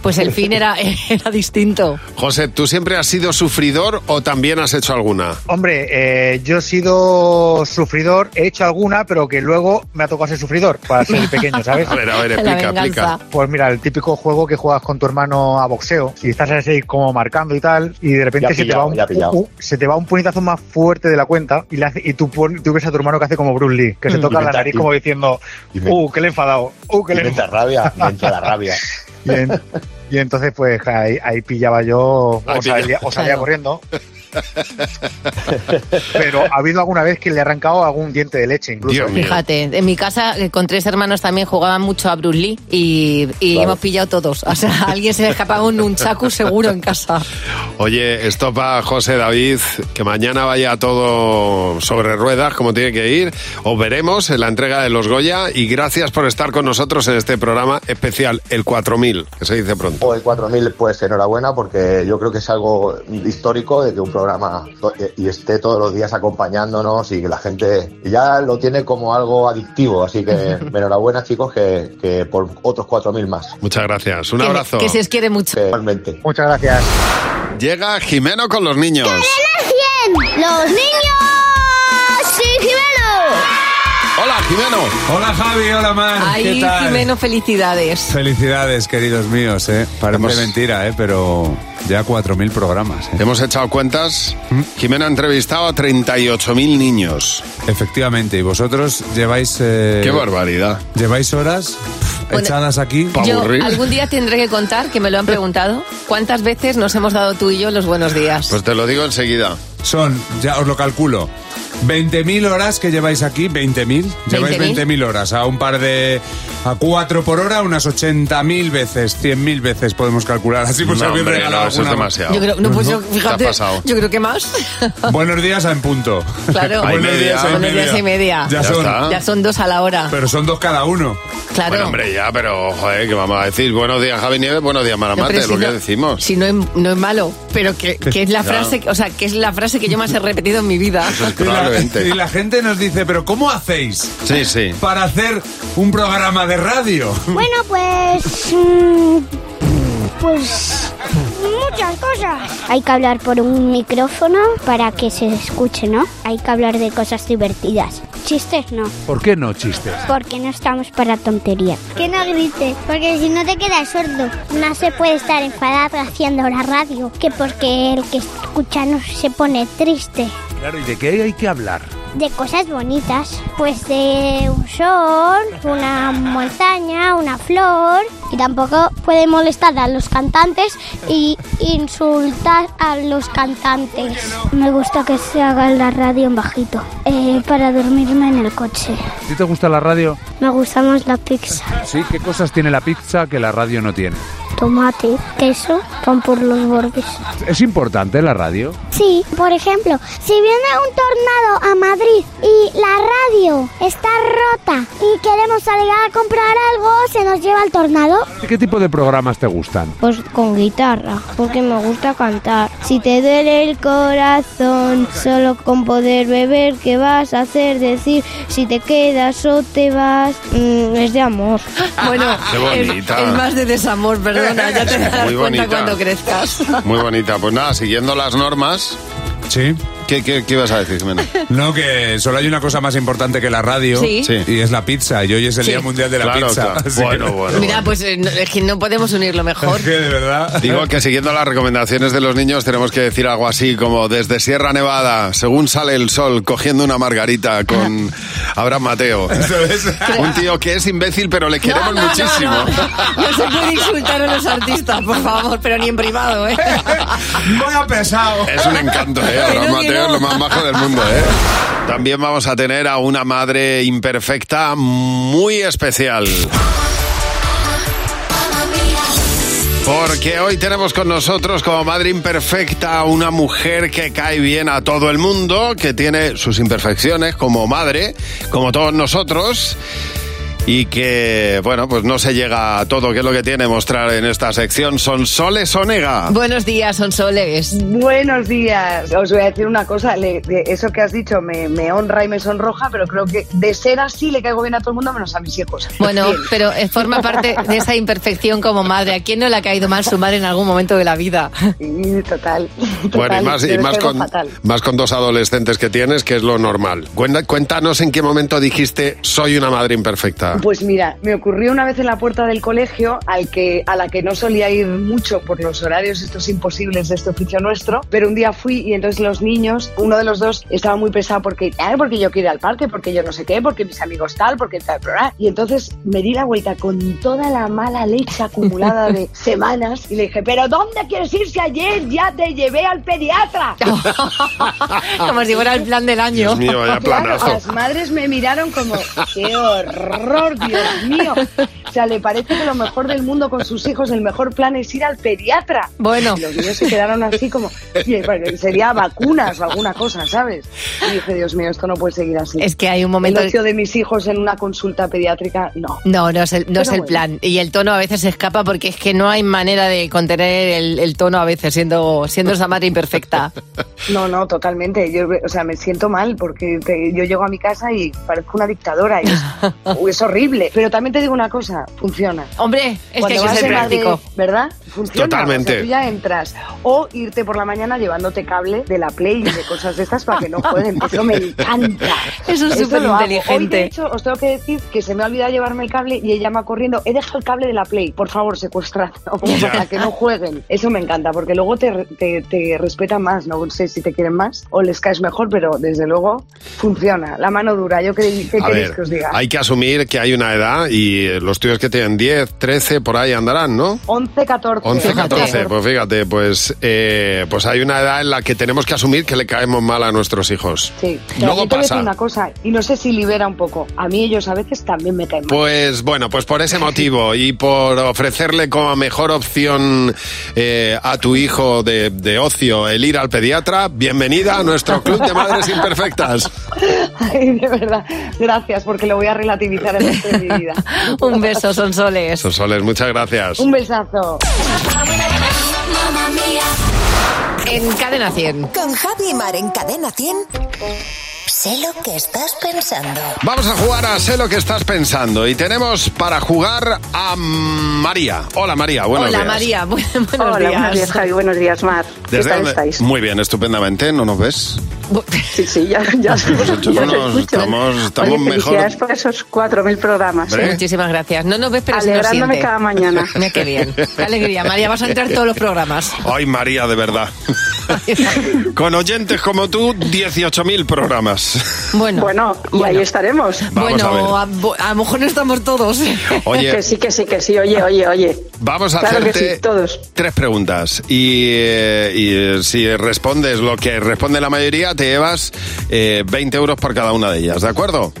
Speaker 4: pues el fin era, era distinto.
Speaker 3: José, ¿tú siempre has sido sufridor o también has hecho alguna?
Speaker 11: Hombre, eh, yo he sido sufridor, he hecho alguna, pero que luego me ha tocado ser sufridor para ser pequeño, ¿sabes?
Speaker 3: A ver, a ver, La explica, venganza. explica.
Speaker 11: Pues mira, el típico juego que juegas con tu hermano a boxeo y estás así como marcando y tal, y de repente
Speaker 1: Ya
Speaker 11: se,
Speaker 1: pillado, ya
Speaker 11: te va
Speaker 1: pillado.
Speaker 11: un, un- se te va un puñetazo más fuerte de la cuenta y, le hace- y tú, pon- tú ves a tu hermano que hace como Bruce Lee, que se
Speaker 1: Mm.
Speaker 11: toca la
Speaker 1: Inventa-
Speaker 11: nariz como diciendo, uh, que le he enfadado, uh, que le he
Speaker 1: Inventa rabia, inventa la rabia.
Speaker 11: Y, en- y entonces, pues claro, ahí, ahí pillaba yo, o
Speaker 1: Ahí pilla-
Speaker 11: salía, o salía
Speaker 1: Claro.
Speaker 11: corriendo. Pero ha habido alguna vez que le he arrancado algún diente de leche, incluso.
Speaker 4: Fíjate, en mi casa eh, con tres hermanos también jugaban mucho a Bruce Lee y, y
Speaker 3: Claro.
Speaker 4: hemos pillado todos. O sea, a alguien se le escapaba un nunchaku seguro en casa.
Speaker 3: Oye, esto para José David, que mañana vaya todo sobre ruedas como tiene que ir. Os veremos en la entrega de los Goya y gracias por estar con nosotros en este programa especial, el 4000, que se dice pronto.
Speaker 1: O el 4000, pues enhorabuena, porque yo creo que es algo histórico de que un programa to- y esté todos los días acompañándonos y que la gente ya lo tiene como algo adictivo. Así que enhorabuena, chicos, que, que por otros 4000 más.
Speaker 3: Muchas gracias, un abrazo.
Speaker 4: Que se os quiere mucho.
Speaker 1: Igualmente.
Speaker 11: Muchas gracias.
Speaker 3: Llega Jimeno con los niños.
Speaker 8: ¡Los niños! ¡Sí, Jimeno!
Speaker 3: Hola, Ah, Jimeno.
Speaker 6: Hola Javi, hola Mar. ¿Qué
Speaker 4: Ahí,
Speaker 6: tal?
Speaker 4: Jimeno, felicidades.
Speaker 6: Felicidades, queridos míos, ¿eh? Parece
Speaker 3: Hemos-
Speaker 6: mentira, ¿eh? Pero ya 4.000 programas, ¿eh? ¿Mm?
Speaker 3: Hemos echado cuentas. Jimena ha entrevistado a 38.000 niños.
Speaker 6: Efectivamente, y vosotros lleváis... eh,
Speaker 3: Qué barbaridad.
Speaker 6: Lleváis horas pf, echadas aquí.
Speaker 4: Yo algún día tendré que contar, que me lo han preguntado, cuántas veces nos hemos dado tú y yo los buenos días.
Speaker 3: Pues te lo digo enseguida.
Speaker 6: Son, ya os lo calculo, 20.000 horas que lleváis aquí, 20.000. Lleváis
Speaker 4: 20.000.
Speaker 6: 20.000 horas, a un par de... a cuatro por hora, unas 80.000 veces, 100.000 veces podemos calcular. Así pues
Speaker 3: No,
Speaker 6: habéis
Speaker 3: hombre,
Speaker 6: regalado
Speaker 3: no, eso es
Speaker 6: alguna-
Speaker 3: demasiado.
Speaker 4: Yo creo, no, pues yo, fíjate,
Speaker 6: Te ha pasado.
Speaker 4: yo creo que más.
Speaker 6: Buenos días a en punto.
Speaker 4: Claro. Hay
Speaker 6: Buenos
Speaker 4: media.
Speaker 6: días a en
Speaker 4: Buenos días y media.
Speaker 6: Ya,
Speaker 4: Ya
Speaker 6: son.
Speaker 3: está.
Speaker 4: Ya son dos a la hora.
Speaker 6: Pero son dos cada uno.
Speaker 4: Claro.
Speaker 3: Bueno, hombre, ya, pero, joder, que vamos a decir? Buenos días, Javi Nieves, buenos días, Mara
Speaker 4: No,
Speaker 3: Marte,
Speaker 4: pero
Speaker 3: es
Speaker 4: si
Speaker 3: lo que
Speaker 4: no-
Speaker 3: decimos.
Speaker 4: Si no es, no es malo, pero que, que es la
Speaker 3: Ya.
Speaker 4: frase, o sea, que es la frase que yo más he repetido en mi vida.
Speaker 6: Y la,
Speaker 3: Pues Probablemente.
Speaker 6: y la gente nos dice, pero ¿cómo hacéis
Speaker 3: Sí, sí.
Speaker 6: para hacer un programa de radio?
Speaker 8: Bueno, pues. mm, Pues. Muchas cosas. Hay que hablar por un micrófono para que se escuche, ¿no? Hay que hablar de cosas divertidas. Chistes no,
Speaker 17: ¿Por qué no chistes?
Speaker 8: porque no estamos para tonterías. Que no grites, porque si no te quedas sordo. No se puede estar enfadado haciendo la radio, que porque el que escucha no se pone triste.
Speaker 17: Claro, ¿y de qué hay que hablar?
Speaker 8: De cosas bonitas, pues de un sol, una montaña, una flor. Y tampoco puede molestar a los cantantes y insultar a los cantantes. Me gusta que se haga la radio en bajito, eh, para dormirme en el coche.
Speaker 6: ¿A ti te gusta la radio?
Speaker 8: Me gusta más la pizza,
Speaker 6: Sí, ¿qué cosas tiene la pizza que la radio no tiene?
Speaker 8: tomate, queso, pan por los bordes.
Speaker 6: ¿Es importante la radio?
Speaker 8: Sí, por ejemplo, si viene un tornado a Madrid y la radio está rota y queremos salir a comprar algo, se nos lleva el tornado.
Speaker 6: ¿Qué tipo de programas te gustan?
Speaker 8: Pues con guitarra, porque me gusta cantar. Si te duele el corazón, solo con poder beber, ¿qué vas a hacer? Decir si te quedas o te vas. Mm, es de amor.
Speaker 4: Bueno,
Speaker 3: Qué
Speaker 4: es,
Speaker 3: bonita.
Speaker 4: es más de desamor, perdona, ya te
Speaker 3: Muy
Speaker 4: darás cuenta
Speaker 3: bonita.
Speaker 4: cuando crezcas.
Speaker 3: Muy bonita. Pues nada, siguiendo las normas.
Speaker 6: Sí.
Speaker 3: ¿Qué, qué, qué ibas a decir, Jimena?
Speaker 6: No, que solo hay una cosa más importante que la radio
Speaker 4: Sí. Sí.
Speaker 6: y es la pizza. Y hoy es el
Speaker 4: Sí.
Speaker 6: Día Mundial de la
Speaker 3: Claro,
Speaker 6: Pizza.
Speaker 3: claro.
Speaker 6: así que-
Speaker 3: Bueno, bueno.
Speaker 4: Mira, pues eh, no- es que no podemos unirlo mejor.
Speaker 6: Es que de verdad.
Speaker 3: Digo que siguiendo las recomendaciones de los niños tenemos que decir algo así como desde Sierra Nevada, según sale el sol, cogiendo una margarita con Abraham Mateo. Un tío que es imbécil pero le Eh, queremos
Speaker 4: no, no,
Speaker 3: muchísimo.
Speaker 4: No, No se puede insultar a los artistas, por favor, pero ni en privado, ¿eh?
Speaker 6: Voy a pesado.
Speaker 3: Es un encanto, ¿eh? Abraham
Speaker 4: Pero que
Speaker 3: Mateo es
Speaker 4: no.
Speaker 3: lo más majo del mundo, ¿eh? También vamos a tener a una madre imperfecta muy especial. Porque hoy tenemos con nosotros como madre imperfecta a una mujer que cae bien a todo el mundo, que tiene sus imperfecciones como madre, como todos nosotros, y que, bueno, pues no se llega a todo, que es lo que tiene mostrar en esta sección. Son Soles Onega.
Speaker 4: Buenos días, Sonsoles.
Speaker 9: Buenos días. Os voy a decir una cosa. le- de eso que has dicho me, me honra y me sonroja, pero creo que de ser así le caigo bien a todo el mundo menos a mis hijos.
Speaker 4: Bueno,
Speaker 9: Bien.
Speaker 4: pero eh, forma parte de esa imperfección como madre. ¿A quién no le ha caído mal su madre en algún momento de la vida?
Speaker 9: Sí, total.
Speaker 3: Bueno, y
Speaker 9: Total,
Speaker 3: más, y
Speaker 9: yo les
Speaker 3: más
Speaker 9: caigo
Speaker 3: con,
Speaker 9: fatal.
Speaker 3: más con dos adolescentes que tienes, que es lo normal. Cuenta- Cuéntanos en qué momento dijiste, soy una madre imperfecta.
Speaker 9: Pues mira, me ocurrió una vez en la puerta del colegio al que, a la que no solía ir mucho por los horarios estos imposibles de este oficio nuestro, pero un día fui y entonces los niños, uno de los dos estaba muy pesado porque, "Ah, porque yo quiero ir al parque, porque yo no sé qué, porque mis amigos tal, porque tal, bla, bla". y entonces me di la vuelta con toda la mala leche acumulada de semanas y le dije, pero ¿dónde quieres ir si ayer ya te llevé al pediatra?
Speaker 4: Como si fuera el plan del año.
Speaker 3: Dios mío, vaya
Speaker 9: Claro,
Speaker 3: planazo.
Speaker 9: las madres me miraron como, qué horror, Dios mío. O sea, le parece que lo mejor del mundo con sus hijos, el mejor plan es ir al pediatra.
Speaker 4: Bueno.
Speaker 9: Y los niños se quedaron así como, "Oye, bueno, sería vacunas o alguna cosa, ¿sabes? Y dije, Dios mío, esto no puede seguir así.
Speaker 4: Es que hay un momento-
Speaker 9: El ocio de mis hijos en una consulta pediátrica, no.
Speaker 4: No, no es el, no
Speaker 9: Pero
Speaker 4: es el
Speaker 9: bueno.
Speaker 4: plan. Y el tono a veces se escapa porque es que no hay manera de contener el, el tono a veces siendo, siendo esa madre imperfecta.
Speaker 9: No, no, totalmente. Yo, o sea, me siento mal porque te- yo llego a mi casa y parezco una dictadora y es, uy, es horrible. Pero también te digo una cosa, funciona, funciona.
Speaker 4: Hombre, es que hay que
Speaker 9: vas
Speaker 4: ser
Speaker 9: en la de-
Speaker 4: práctico.
Speaker 9: ¿Verdad? Funciona.
Speaker 3: Totalmente.
Speaker 9: o sea, tú ya entras. O irte por la mañana llevándote cable de la Play y de cosas de estas para que no jueguen. Eso me encanta.
Speaker 4: Eso es
Speaker 9: Eso
Speaker 4: súper
Speaker 9: lo hago.
Speaker 4: inteligente.
Speaker 9: Hoy, de hecho, os tengo que decir que se me ha olvidado llevarme el cable y ella llama corriendo. He dejado el cable de la Play. Por favor, secuestrad.
Speaker 11: Ya.
Speaker 9: Para que no jueguen. Eso me encanta porque luego te, re- te, te respetan más. No sé si te quieren más o les caes mejor, pero desde luego funciona. La mano dura. Yo creí que
Speaker 3: A
Speaker 9: queréis
Speaker 3: ver,
Speaker 9: que os diga.
Speaker 3: hay que asumir que hay una edad y eh, los tuyos que tienen 10, 13, por ahí andarán, ¿no?
Speaker 9: 11, 14.
Speaker 3: 11, 14, pues fíjate, pues, eh, pues hay una edad en la que tenemos que asumir que le caemos mal a nuestros hijos.
Speaker 9: Sí, pero
Speaker 3: pues, Luego
Speaker 9: yo te voy a decir
Speaker 3: pasa.
Speaker 9: una cosa, y no sé si libera un poco. A mí ellos a veces también me caen mal.
Speaker 3: Pues bueno, pues por ese motivo y por ofrecerle como mejor opción eh, a tu hijo de, de ocio el ir al pediatra, bienvenida a nuestro club de madres imperfectas.
Speaker 9: Ay, de verdad. Gracias, porque lo voy a relativizar el resto de mi vida.
Speaker 4: Un beso, Sonsoles.
Speaker 3: Sosoles, muchas gracias.
Speaker 9: Un besazo.
Speaker 4: En Cadena 100.
Speaker 21: Con Javi y Mar en Cadena 100. Sé lo que estás pensando.
Speaker 3: Vamos a jugar a sé lo que estás pensando y tenemos para jugar a María. Hola María, buenos
Speaker 4: Hola,
Speaker 3: días.
Speaker 4: María. Bu- Buenos
Speaker 12: Hola,
Speaker 4: días.
Speaker 12: buenos días, Javi. Buenos días, Mar. ¿Qué
Speaker 3: ¿Desde
Speaker 12: tal
Speaker 3: dónde-
Speaker 12: estáis?
Speaker 3: Muy bien, estupendamente, ¿no nos ves?
Speaker 12: Sí, sí, ya, ya, os escucho, ya os
Speaker 3: Bueno,
Speaker 12: escucho.
Speaker 3: estamos- estamos
Speaker 12: Oye,
Speaker 3: mejor.
Speaker 12: felicidades por esos 4.000 programas. ¿eh?
Speaker 3: Hombre.
Speaker 4: Muchísimas gracias. No nos ves, pero se nos
Speaker 12: Alegrándome
Speaker 4: siente.
Speaker 12: cada mañana.
Speaker 4: Mira qué bien. Qué alegría. María, vas a entrar todos los programas.
Speaker 3: Ay María, de verdad. Con oyentes como tú, 18.000 programas.
Speaker 4: Bueno,
Speaker 12: bueno, y ahí estaremos.
Speaker 3: Vamos a ver.
Speaker 4: bueno, a, bo- a lo mejor no estamos todos.
Speaker 3: Oye.
Speaker 12: Que sí, que sí, que sí. Oye, oye, oye.
Speaker 3: Vamos a
Speaker 12: Claro que
Speaker 3: hacerte
Speaker 12: sí, todos.
Speaker 3: tres preguntas y, eh, y, eh, si respondes lo que responde la mayoría te llevas eh, 20 euros por cada una de ellas, ¿de acuerdo?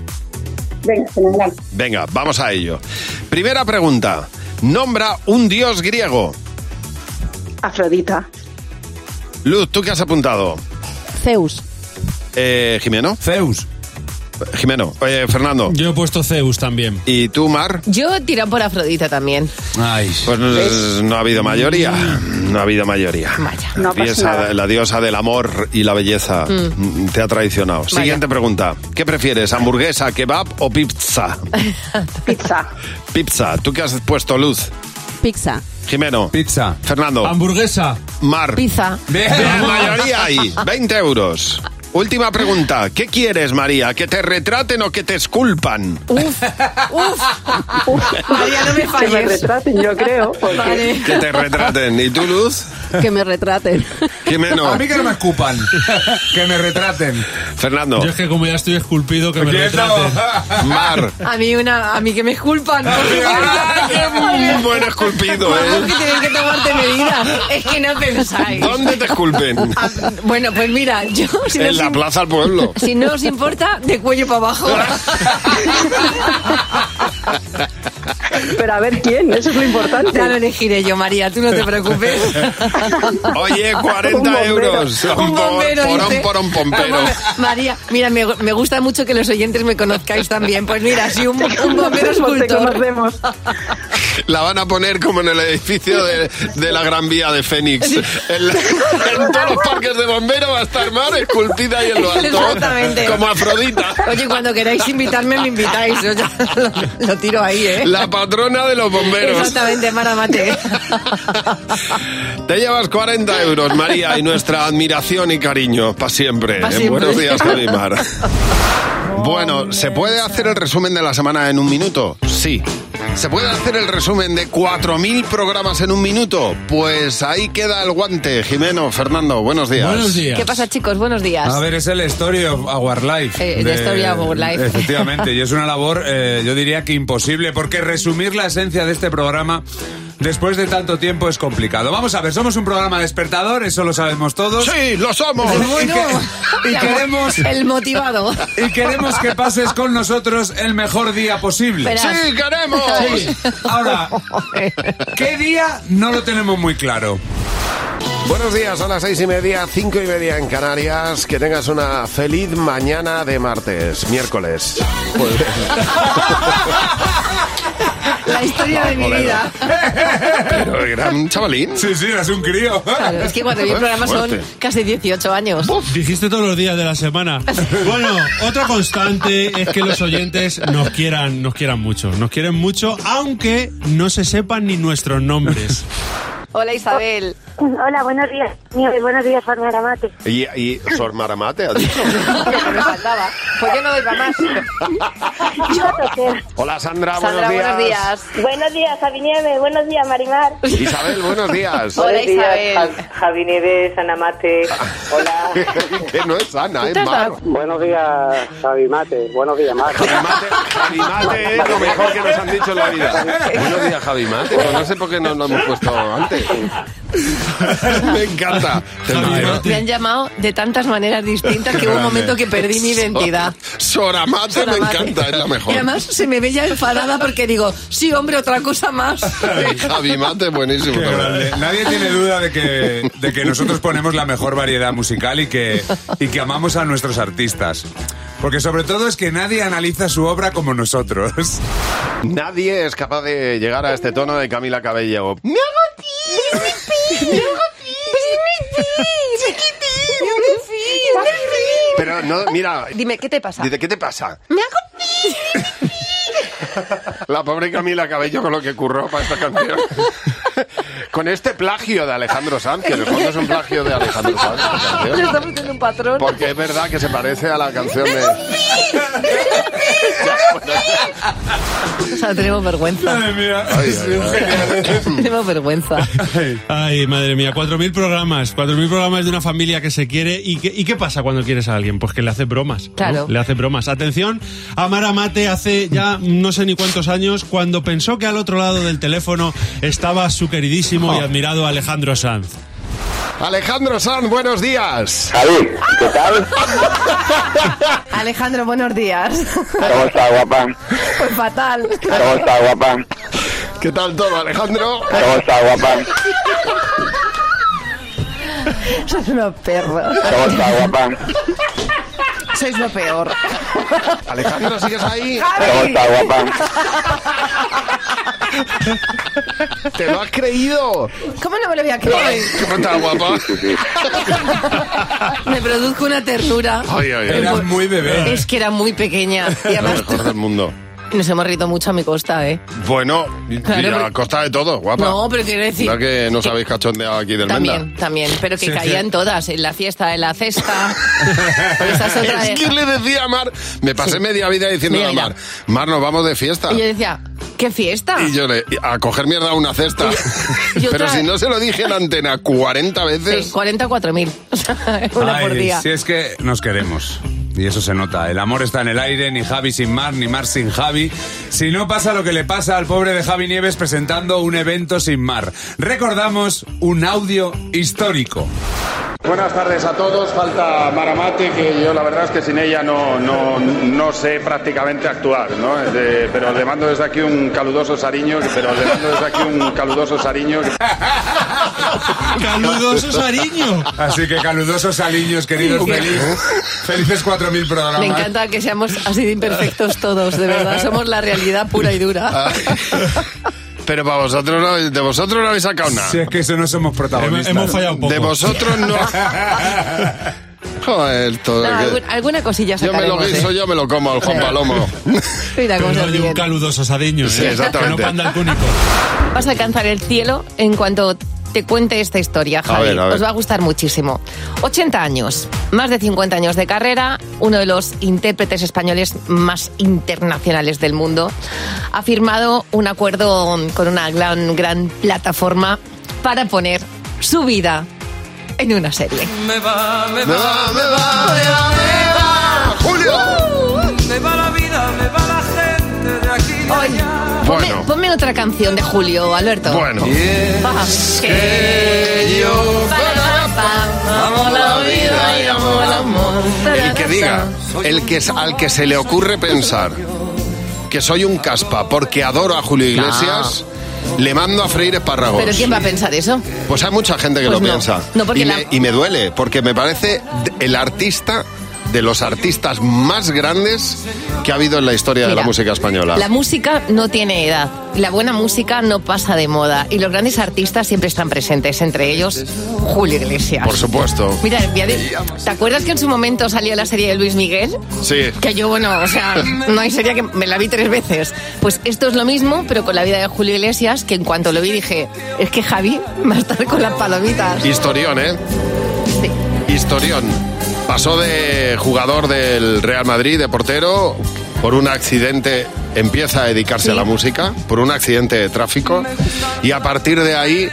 Speaker 12: Venga, fenomenal.
Speaker 3: Venga, vamos a ello. Primera pregunta, nombra un dios griego.
Speaker 12: Afrodita,
Speaker 3: Luz, ¿tú qué has apuntado?
Speaker 22: Zeus.
Speaker 3: Eh, Jimeno. Zeus. Jimeno. Oye, Fernando. Yo he puesto Zeus también. ¿Y tú, Mar?
Speaker 4: Yo tiro por Afrodita también.
Speaker 3: Pues eh, no ha habido mayoría. No ha habido mayoría. La
Speaker 4: No pasa
Speaker 3: diosa-
Speaker 4: nada.
Speaker 3: la diosa del amor y la belleza
Speaker 4: Mm.
Speaker 3: mm, te ha traicionado. Siguiente pregunta. ¿Qué prefieres, hamburguesa, kebab o pizza?
Speaker 12: pizza,
Speaker 3: Pizza. ¿Tú qué has puesto, Luz?
Speaker 22: Pizza.
Speaker 3: Jimeno. Pizza. Fernando.
Speaker 22: Hamburguesa.
Speaker 3: Mar.
Speaker 4: Pizza.
Speaker 3: Bien, mayoría ahí. 20 euros. Última pregunta. ¿Qué quieres, María? ¿Que te retraten o que te esculpan?
Speaker 4: Uf, uf. María, no me
Speaker 12: que me
Speaker 4: falles.
Speaker 12: retraten, yo creo. porque-
Speaker 3: Que te retraten. ¿Y tú, Luz?
Speaker 22: Que me retraten.
Speaker 3: Jimeno.
Speaker 6: A mí que no me escupan. Que me retraten.
Speaker 3: Fernando.
Speaker 20: Yo es que como ya estoy esculpido, que me
Speaker 6: Quieto.
Speaker 20: retraten.
Speaker 3: Mar.
Speaker 4: A mí, una, a mí que me esculpan. por favor.
Speaker 3: Un buen esculpido,
Speaker 4: Vamos,
Speaker 3: ¿eh?
Speaker 4: que tienes que tomarte medidas. Es que no pensáis.
Speaker 3: ¿Dónde te esculpen?
Speaker 4: Ah, bueno, pues mira, yo... Si no
Speaker 3: en
Speaker 4: os
Speaker 3: la
Speaker 4: im-
Speaker 3: plaza al pueblo.
Speaker 4: Si no os importa, de cuello para abajo.
Speaker 12: Pero a ver quién, eso es lo importante.
Speaker 4: Ya lo elegiré yo, María, tú no te preocupes.
Speaker 3: Oye, 40 euros.
Speaker 4: Un bombero,
Speaker 3: por, porón,
Speaker 4: dice.
Speaker 3: porón, pompero.
Speaker 4: ¿Cómo me- María, mira, me, me gusta mucho que los oyentes me conozcáis también. Pues mira, si un, un bombero escultor.
Speaker 3: La van a poner como en el edificio de, de la Gran Vía de Fénix. En, la- en todos los parques de bomberos va a estar Mar esculpida ahí en lo alto.
Speaker 4: Exactamente.
Speaker 3: Como Afrodita.
Speaker 4: Oye, cuando queráis invitarme, me invitáis. Yo ya lo, lo tiro ahí, ¿eh?
Speaker 3: La patrona de los bomberos. Eh,
Speaker 4: Exactamente, Mara Mate.
Speaker 3: Te llevas 40 euros, María, y nuestra admiración y cariño para siempre.
Speaker 4: Pa'
Speaker 3: En
Speaker 4: siempre.
Speaker 3: Buenos días, Javi Mar. Bueno, ¿se puede hacer el resumen de la semana en un minuto? Sí. ¿Se puede hacer el resumen de 4.000 programas en un minuto? Pues ahí queda el guante. Jimeno, Fernando, buenos días.
Speaker 4: ¿Qué pasa, chicos? Buenos días.
Speaker 6: A ver, es el Story of Our Life. Eh,
Speaker 4: Eh, the story of our life.
Speaker 6: Efectivamente, y es una labor, eh, yo diría que imposible, porque resumir la esencia de este programa después de tanto tiempo es complicado. Vamos a ver, somos un programa despertador, eso lo sabemos todos.
Speaker 3: ¡Sí, lo somos!
Speaker 4: Bueno,
Speaker 6: y queremos-
Speaker 4: El motivado.
Speaker 6: Y queremos que pases con nosotros el mejor día posible.
Speaker 4: Verás.
Speaker 3: ¡Sí, queremos!
Speaker 6: Sí. Ahora, ¿qué día? No lo tenemos muy claro.
Speaker 3: Buenos días, son las seis y media, cinco y media en Canarias. Que tengas una feliz mañana de martes, miércoles. Pues-
Speaker 4: La historia de mi
Speaker 3: Joder.
Speaker 4: vida.
Speaker 3: Pero era un chavalín. Sí, sí, eras un crío.
Speaker 4: Claro, es que cuando vi el programa son casi 18 años.
Speaker 20: Dijiste todos los días de la semana. Bueno, otra constante es que los oyentes nos quieran, nos quieran mucho. Nos quieren mucho, aunque no se sepan ni nuestros nombres.
Speaker 10: Hola Isabel. Hola, buenos días. Nieves, buenos días, Fórmula Mate.
Speaker 3: Y, y Sor Maramate, ha dicho.
Speaker 10: me faltaba. Pues yo no doy para más.
Speaker 3: Hola Sandra,
Speaker 10: Sandra,
Speaker 3: Ah, buenos, días.
Speaker 10: Buenos días, Javi Nieves. Buenos días, Marimar.
Speaker 3: Isabel, buenos días.
Speaker 10: Hola,
Speaker 11: Buenos días,
Speaker 10: Isabel.
Speaker 11: Ja- Javi Nieves, Ana Mate. Hola.
Speaker 3: que no es Ana, es Mar.
Speaker 11: Buenos días, Javi Mate. Buenos días, Mar.
Speaker 3: Javi Mate es ¿eh? lo mejor que nos han dicho en la vida. Buenos días, Javi Mate. Pues no sé por qué no lo hemos puesto antes. Me encanta.
Speaker 4: Me han llamado de tantas maneras distintas que hubo un momento que perdí mi identidad.
Speaker 3: Soramate
Speaker 4: Sora
Speaker 3: me
Speaker 4: Mate.
Speaker 3: encanta, es la mejor.
Speaker 4: Y además se me ve ya enfadada porque digo, sí, hombre, otra cosa más.
Speaker 3: Javi Mate, buenísimo.
Speaker 6: Qué grande. Nadie tiene duda de que, de que nosotros ponemos la mejor variedad musical y que, y que amamos a nuestros artistas. Porque sobre todo es que nadie analiza su obra como nosotros.
Speaker 3: Nadie es capaz de llegar a este tono de Camila Cabello.
Speaker 10: Me hago pis, me hago
Speaker 3: ¡Pues
Speaker 10: pis, chiquitín, me hago pis.
Speaker 3: Pero no, mira,
Speaker 10: Dime, ¿qué te pasa?
Speaker 3: dice, ¿qué te pasa?
Speaker 10: Me hago pis.
Speaker 3: La pobre Camila Cabello con lo que curró para esta canción. Con este plagio de Alejandro Sanz, que en el fondo es un plagio de Alejandro Sanz. esta
Speaker 10: Le
Speaker 3: canción.
Speaker 10: estamos haciendo un patrón.
Speaker 3: Porque es verdad que se parece a la canción de...
Speaker 4: O sea, tenemos vergüenza. Tenemos vergüenza.
Speaker 20: Ay, madre mía, 4.000 programas. 4.000 programas de una familia que se quiere. ¿Y qué, ¿Y qué pasa cuando quieres a alguien? Pues que le hace bromas. ¿no?
Speaker 14: Claro.
Speaker 20: Le hace bromas. Atención, Amara Mate hace ya no sé ni cuántos años, cuando pensó que al otro lado del teléfono estaba su
Speaker 3: Oh.
Speaker 20: queridísimo y admirado Alejandro Sanz.
Speaker 3: Alejandro Sanz, buenos días.
Speaker 11: Javi, ¿qué tal?
Speaker 10: Alejandro, buenos días.
Speaker 11: ¿Cómo estás, guapa?
Speaker 10: Pues fatal.
Speaker 11: ¿Cómo estás, guapa?
Speaker 3: ¿Qué tal todo, Alejandro?
Speaker 11: ¿Cómo estás, guapa?
Speaker 10: Sois unos perros.
Speaker 11: ¿Cómo estás, guapa?
Speaker 10: Sois lo peor.
Speaker 3: Alejandro, ¿sigues ahí?
Speaker 11: ¿Cómo estás, guapa?
Speaker 3: ¿Te lo has creído?
Speaker 4: ¿Cómo no me lo voy a creer?
Speaker 3: ¿Cómo estás, guapa?
Speaker 4: Me produzco una ternura.
Speaker 3: Ay, ay, ay.
Speaker 6: Eras muy bebé.
Speaker 4: Es que era muy pequeña. Y
Speaker 3: Lo
Speaker 4: además
Speaker 3: mejor del mundo.
Speaker 4: nos hemos rido mucho a mi costa, ¿eh?
Speaker 3: Bueno, y
Speaker 4: Claro,
Speaker 3: a costa de todo, guapa.
Speaker 4: No, pero quiero decir-
Speaker 3: Verdad que no sabéis cachondeado aquí del Menda.
Speaker 4: También, también. Pero que
Speaker 3: Sí, sí.
Speaker 4: caían todas. En la fiesta, en la cesta.
Speaker 10: Pues
Speaker 4: Esa es otra
Speaker 3: Es que le decía a Mar, me pasé media vida diciendo a Mar, Mar, nos vamos de fiesta.
Speaker 4: Y yo decía, ¿qué fiesta?
Speaker 3: Y yo le, a coger mierda a una cesta.
Speaker 4: y
Speaker 3: Pero
Speaker 4: otra-
Speaker 3: si no se lo dije en antena 40 veces.
Speaker 4: Sí, 44.000. O sea, una por
Speaker 6: Ay,
Speaker 4: día.
Speaker 6: Si es que nos queremos. Y eso se nota. El amor está en el aire, ni Javi sin Mar, ni Mar sin Javi. Si no pasa lo que le pasa al pobre de Javi Nieves presentando un evento sin Mar. Recordamos un audio histórico.
Speaker 24: Buenas tardes a todos. Falta Maramate, que yo la verdad es que sin ella no, no, no sé prácticamente actuar, ¿no? De- pero le mando desde aquí un caludoso sariño, pero le mando desde aquí un caludoso sariño.
Speaker 6: Caludoso
Speaker 20: Sariño.
Speaker 6: Así que caludosos Sariños, queridos.
Speaker 4: Sí, sí.
Speaker 6: Feliz, felices 4.000 programas.
Speaker 4: Me encanta que seamos así de imperfectos todos, de verdad. Somos la realidad pura y
Speaker 3: Ah,
Speaker 4: dura.
Speaker 3: Pero para vosotros no, de vosotros no habéis sacado nada.
Speaker 6: Si es que eso no somos protagonistas.
Speaker 20: Hemos- hemos fallado un poco.
Speaker 3: De vosotros no. Joder, todo.
Speaker 4: No,
Speaker 3: que-
Speaker 4: algún- alguna cosilla
Speaker 3: Yo me lo
Speaker 4: sacaremos.
Speaker 3: guiso,
Speaker 4: ¿eh?
Speaker 3: yo me lo como al Juan
Speaker 4: Sí.
Speaker 3: Palomo.
Speaker 4: Mira cómo se
Speaker 20: Hay un
Speaker 4: ríen.
Speaker 20: caludoso sadiño, ¿eh?
Speaker 3: Sí, exactamente.
Speaker 20: Que no panda el cúnico.
Speaker 4: Vas a alcanzar el cielo en cuanto te cuente esta historia, Javi.
Speaker 20: ver, a ver.
Speaker 4: Os va a gustar muchísimo. 80 años, más de 50 años de carrera, uno de los intérpretes españoles más internacionales del mundo, ha firmado un acuerdo con una gran, gran plataforma para poner su vida en una serie.
Speaker 25: Me va, me
Speaker 4: Me
Speaker 25: va,
Speaker 4: va,
Speaker 25: me va, me va, me va. Uh,
Speaker 3: Julio.
Speaker 25: Me va la vida, me va la gente de aquí. de allá.
Speaker 4: Ponme, ponme otra canción de Julio, Alberto.
Speaker 25: Bueno. Y es que yo-
Speaker 4: Amo
Speaker 25: la vida
Speaker 4: y amo el amor.
Speaker 3: El que diga, el que, al que se le ocurre pensar que soy un caspa porque adoro a Julio Iglesias, le mando a freír espárragos.
Speaker 4: ¿Pero quién va a pensar eso?
Speaker 3: Pues hay mucha gente que
Speaker 4: Pues
Speaker 3: lo
Speaker 4: no.
Speaker 3: piensa.
Speaker 4: No, porque
Speaker 3: y,
Speaker 4: la-
Speaker 3: me, y me duele, porque me parece d- el artista de los artistas más grandes que ha habido en la historia de la
Speaker 4: Mira,
Speaker 3: música española.
Speaker 4: La música no tiene edad, la buena música no pasa de moda y los grandes artistas siempre están presentes, entre ellos Julio Iglesias.
Speaker 3: Por supuesto.
Speaker 4: Mira, voy a decir- ¿te acuerdas que en su momento salió la serie de Luis Miguel?
Speaker 3: Sí.
Speaker 4: Que yo, bueno, o sea, no hay serie que me la vi tres veces. Pues esto es lo mismo, pero con la vida de Julio Iglesias, que en cuanto lo vi dije, es que Javi va a estar con las palomitas.
Speaker 3: Historión, ¿eh? Historión. Pasó de jugador del Real Madrid, de portero, por un accidente empieza a dedicarse a la música, por un accidente de tráfico, y a partir de ahí,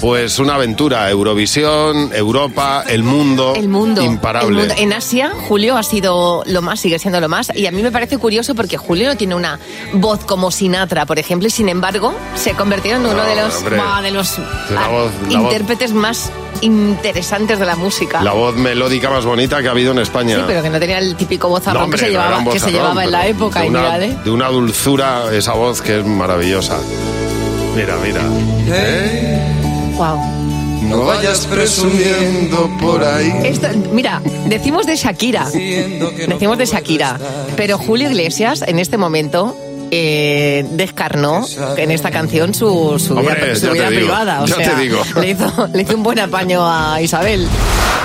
Speaker 3: pues una aventura, Eurovisión, Europa, el mundo,
Speaker 4: El mundo.
Speaker 3: imparable.
Speaker 4: El mundo. En Asia, Julio ha sido lo más, sigue siendo lo más. Y a mí me parece curioso porque Julio no tiene una voz como Sinatra, por ejemplo, y sin embargo se convirtió en uno
Speaker 3: No,
Speaker 4: de los,
Speaker 3: hombre.
Speaker 4: buah, de los
Speaker 3: La
Speaker 4: ah,
Speaker 3: voz- la voz-
Speaker 4: intérpretes más interesantes de la música.
Speaker 3: La voz melódica más bonita que ha habido en España.
Speaker 4: Sí, pero que no tenía el típico
Speaker 3: No,
Speaker 4: vozarrón
Speaker 3: hombre,
Speaker 4: que se
Speaker 3: no era
Speaker 4: llevaba,
Speaker 3: un
Speaker 4: que se
Speaker 3: vozarrón,
Speaker 4: llevaba en la
Speaker 3: pero
Speaker 4: época.
Speaker 3: de
Speaker 4: Y
Speaker 3: una,
Speaker 4: mirad, ¿eh?
Speaker 3: de una dulzura esa voz que es maravillosa. Mira, mira.
Speaker 4: Guau.
Speaker 3: No vayas presumiendo por ahí.
Speaker 4: Esto- mira, decimos de Shakira. Decimos de Shakira. Pero Julio Iglesias, en este momento. eh, descarnó en esta canción su, su vida,
Speaker 3: Hombre,
Speaker 4: su
Speaker 3: ya te
Speaker 4: vida
Speaker 3: digo,
Speaker 4: privada. o
Speaker 3: ya te
Speaker 4: sea,
Speaker 3: digo.
Speaker 4: Le, hizo, le hizo un buen apaño a Isabel.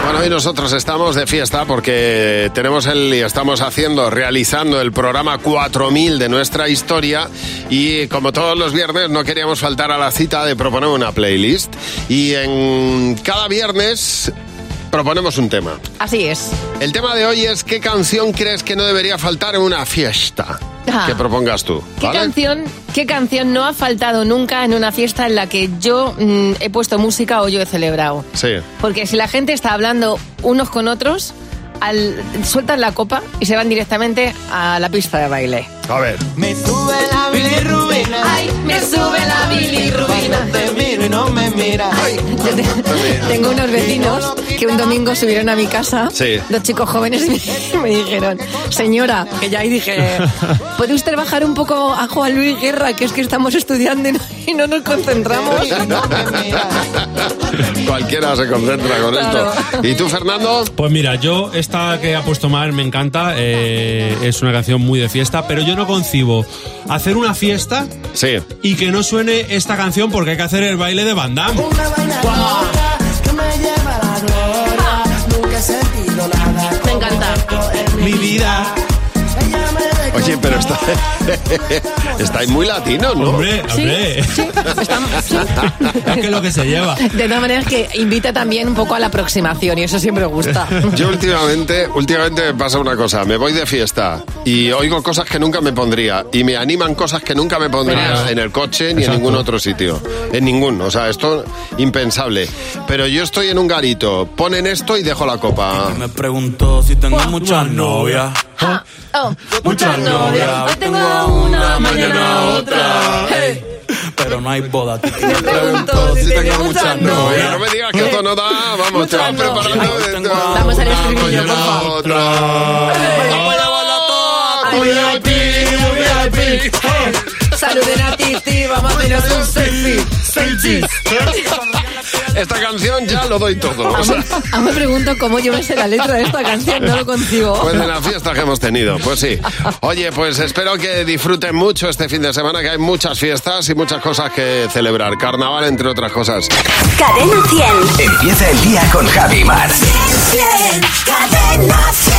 Speaker 3: Bueno, hoy nosotros estamos de fiesta porque tenemos el y estamos haciendo, realizando el programa 4000 de nuestra historia y como todos los viernes no queríamos faltar a la cita de proponer una playlist y en cada viernes proponemos un tema.
Speaker 4: Así es.
Speaker 3: El tema de hoy es qué canción crees que no debería faltar en una fiesta
Speaker 4: Ah.
Speaker 3: que propongas tú.
Speaker 4: ¿Qué
Speaker 3: ¿vale?
Speaker 4: canción, ¿Qué canción no ha faltado nunca en una fiesta en la que yo mm, he puesto música o yo he celebrado?
Speaker 3: Sí.
Speaker 4: Porque si la gente está hablando unos con otros, al, sueltan la copa y se van directamente a la pista de baile.
Speaker 3: A ver.
Speaker 10: Me sube la bilirrubina. Ay, me sube la bilirrubina. Te miro y no me mira.
Speaker 4: Yo te- tengo unos vecinos que un domingo subieron a mi casa,
Speaker 10: Sí.
Speaker 4: dos chicos jóvenes, y me, me dijeron, señora, que ya ahí
Speaker 10: eh.
Speaker 4: dije, ¿puede usted bajar un poco a Juan Luis Guerra, que es que estamos estudiando y no, y no nos concentramos? Pues
Speaker 3: Cualquiera se concentra con esto. ¿Y tú, Fernando?
Speaker 20: Pues mira, yo esta que ha puesto Mar me encanta, eh, es una canción muy de fiesta, pero yo no concibo hacer una fiesta
Speaker 3: sí.
Speaker 20: y que no suene esta canción porque hay que hacer el baile de Van Damme.
Speaker 10: Que me lleva a la gloria. Nunca he sentido nada. Me encanta.
Speaker 20: Mi vida.
Speaker 3: Oye, pero está, estáis muy latinos, ¿no? Hombre,
Speaker 20: hombre.
Speaker 3: es que
Speaker 20: lo que se lleva.
Speaker 4: De una manera que invita también un poco a la aproximación y eso siempre gusta.
Speaker 3: Yo últimamente, últimamente me pasa una cosa, me voy de fiesta y oigo cosas que nunca me pondría y me animan cosas que nunca me pondría
Speaker 20: Claro.
Speaker 3: en el coche ni en ningún otro sitio, en ningún, o sea, esto impensable. Pero yo estoy en un garito, ponen esto y dejo la copa.
Speaker 23: Me preguntó si tengo muchas novias.
Speaker 4: Oh,
Speaker 23: Muchas novias. Hoy tengo a una, mañana a otra. Hey. Pero no hay boda. Me preguntó si tengo muchas novias.
Speaker 3: No me digas que esto no da, vamos, te vas preparando.
Speaker 4: Vamos al estribillo, por favor. Saluden a ti, ti, vamos a tener un selfie. Selfie.
Speaker 3: Esta canción ya lo doy todo. o sea.
Speaker 4: Aún me pregunto cómo yo me sé la letra de esta canción, no lo concibo.
Speaker 3: Pues de la fiesta que hemos tenido, pues sí. Oye, pues espero que disfruten mucho este fin de semana, que hay muchas fiestas y muchas cosas que celebrar. Carnaval, entre otras cosas.
Speaker 21: Cadena 100.
Speaker 3: Empieza el día con Javi Mar.
Speaker 21: Cadena 100.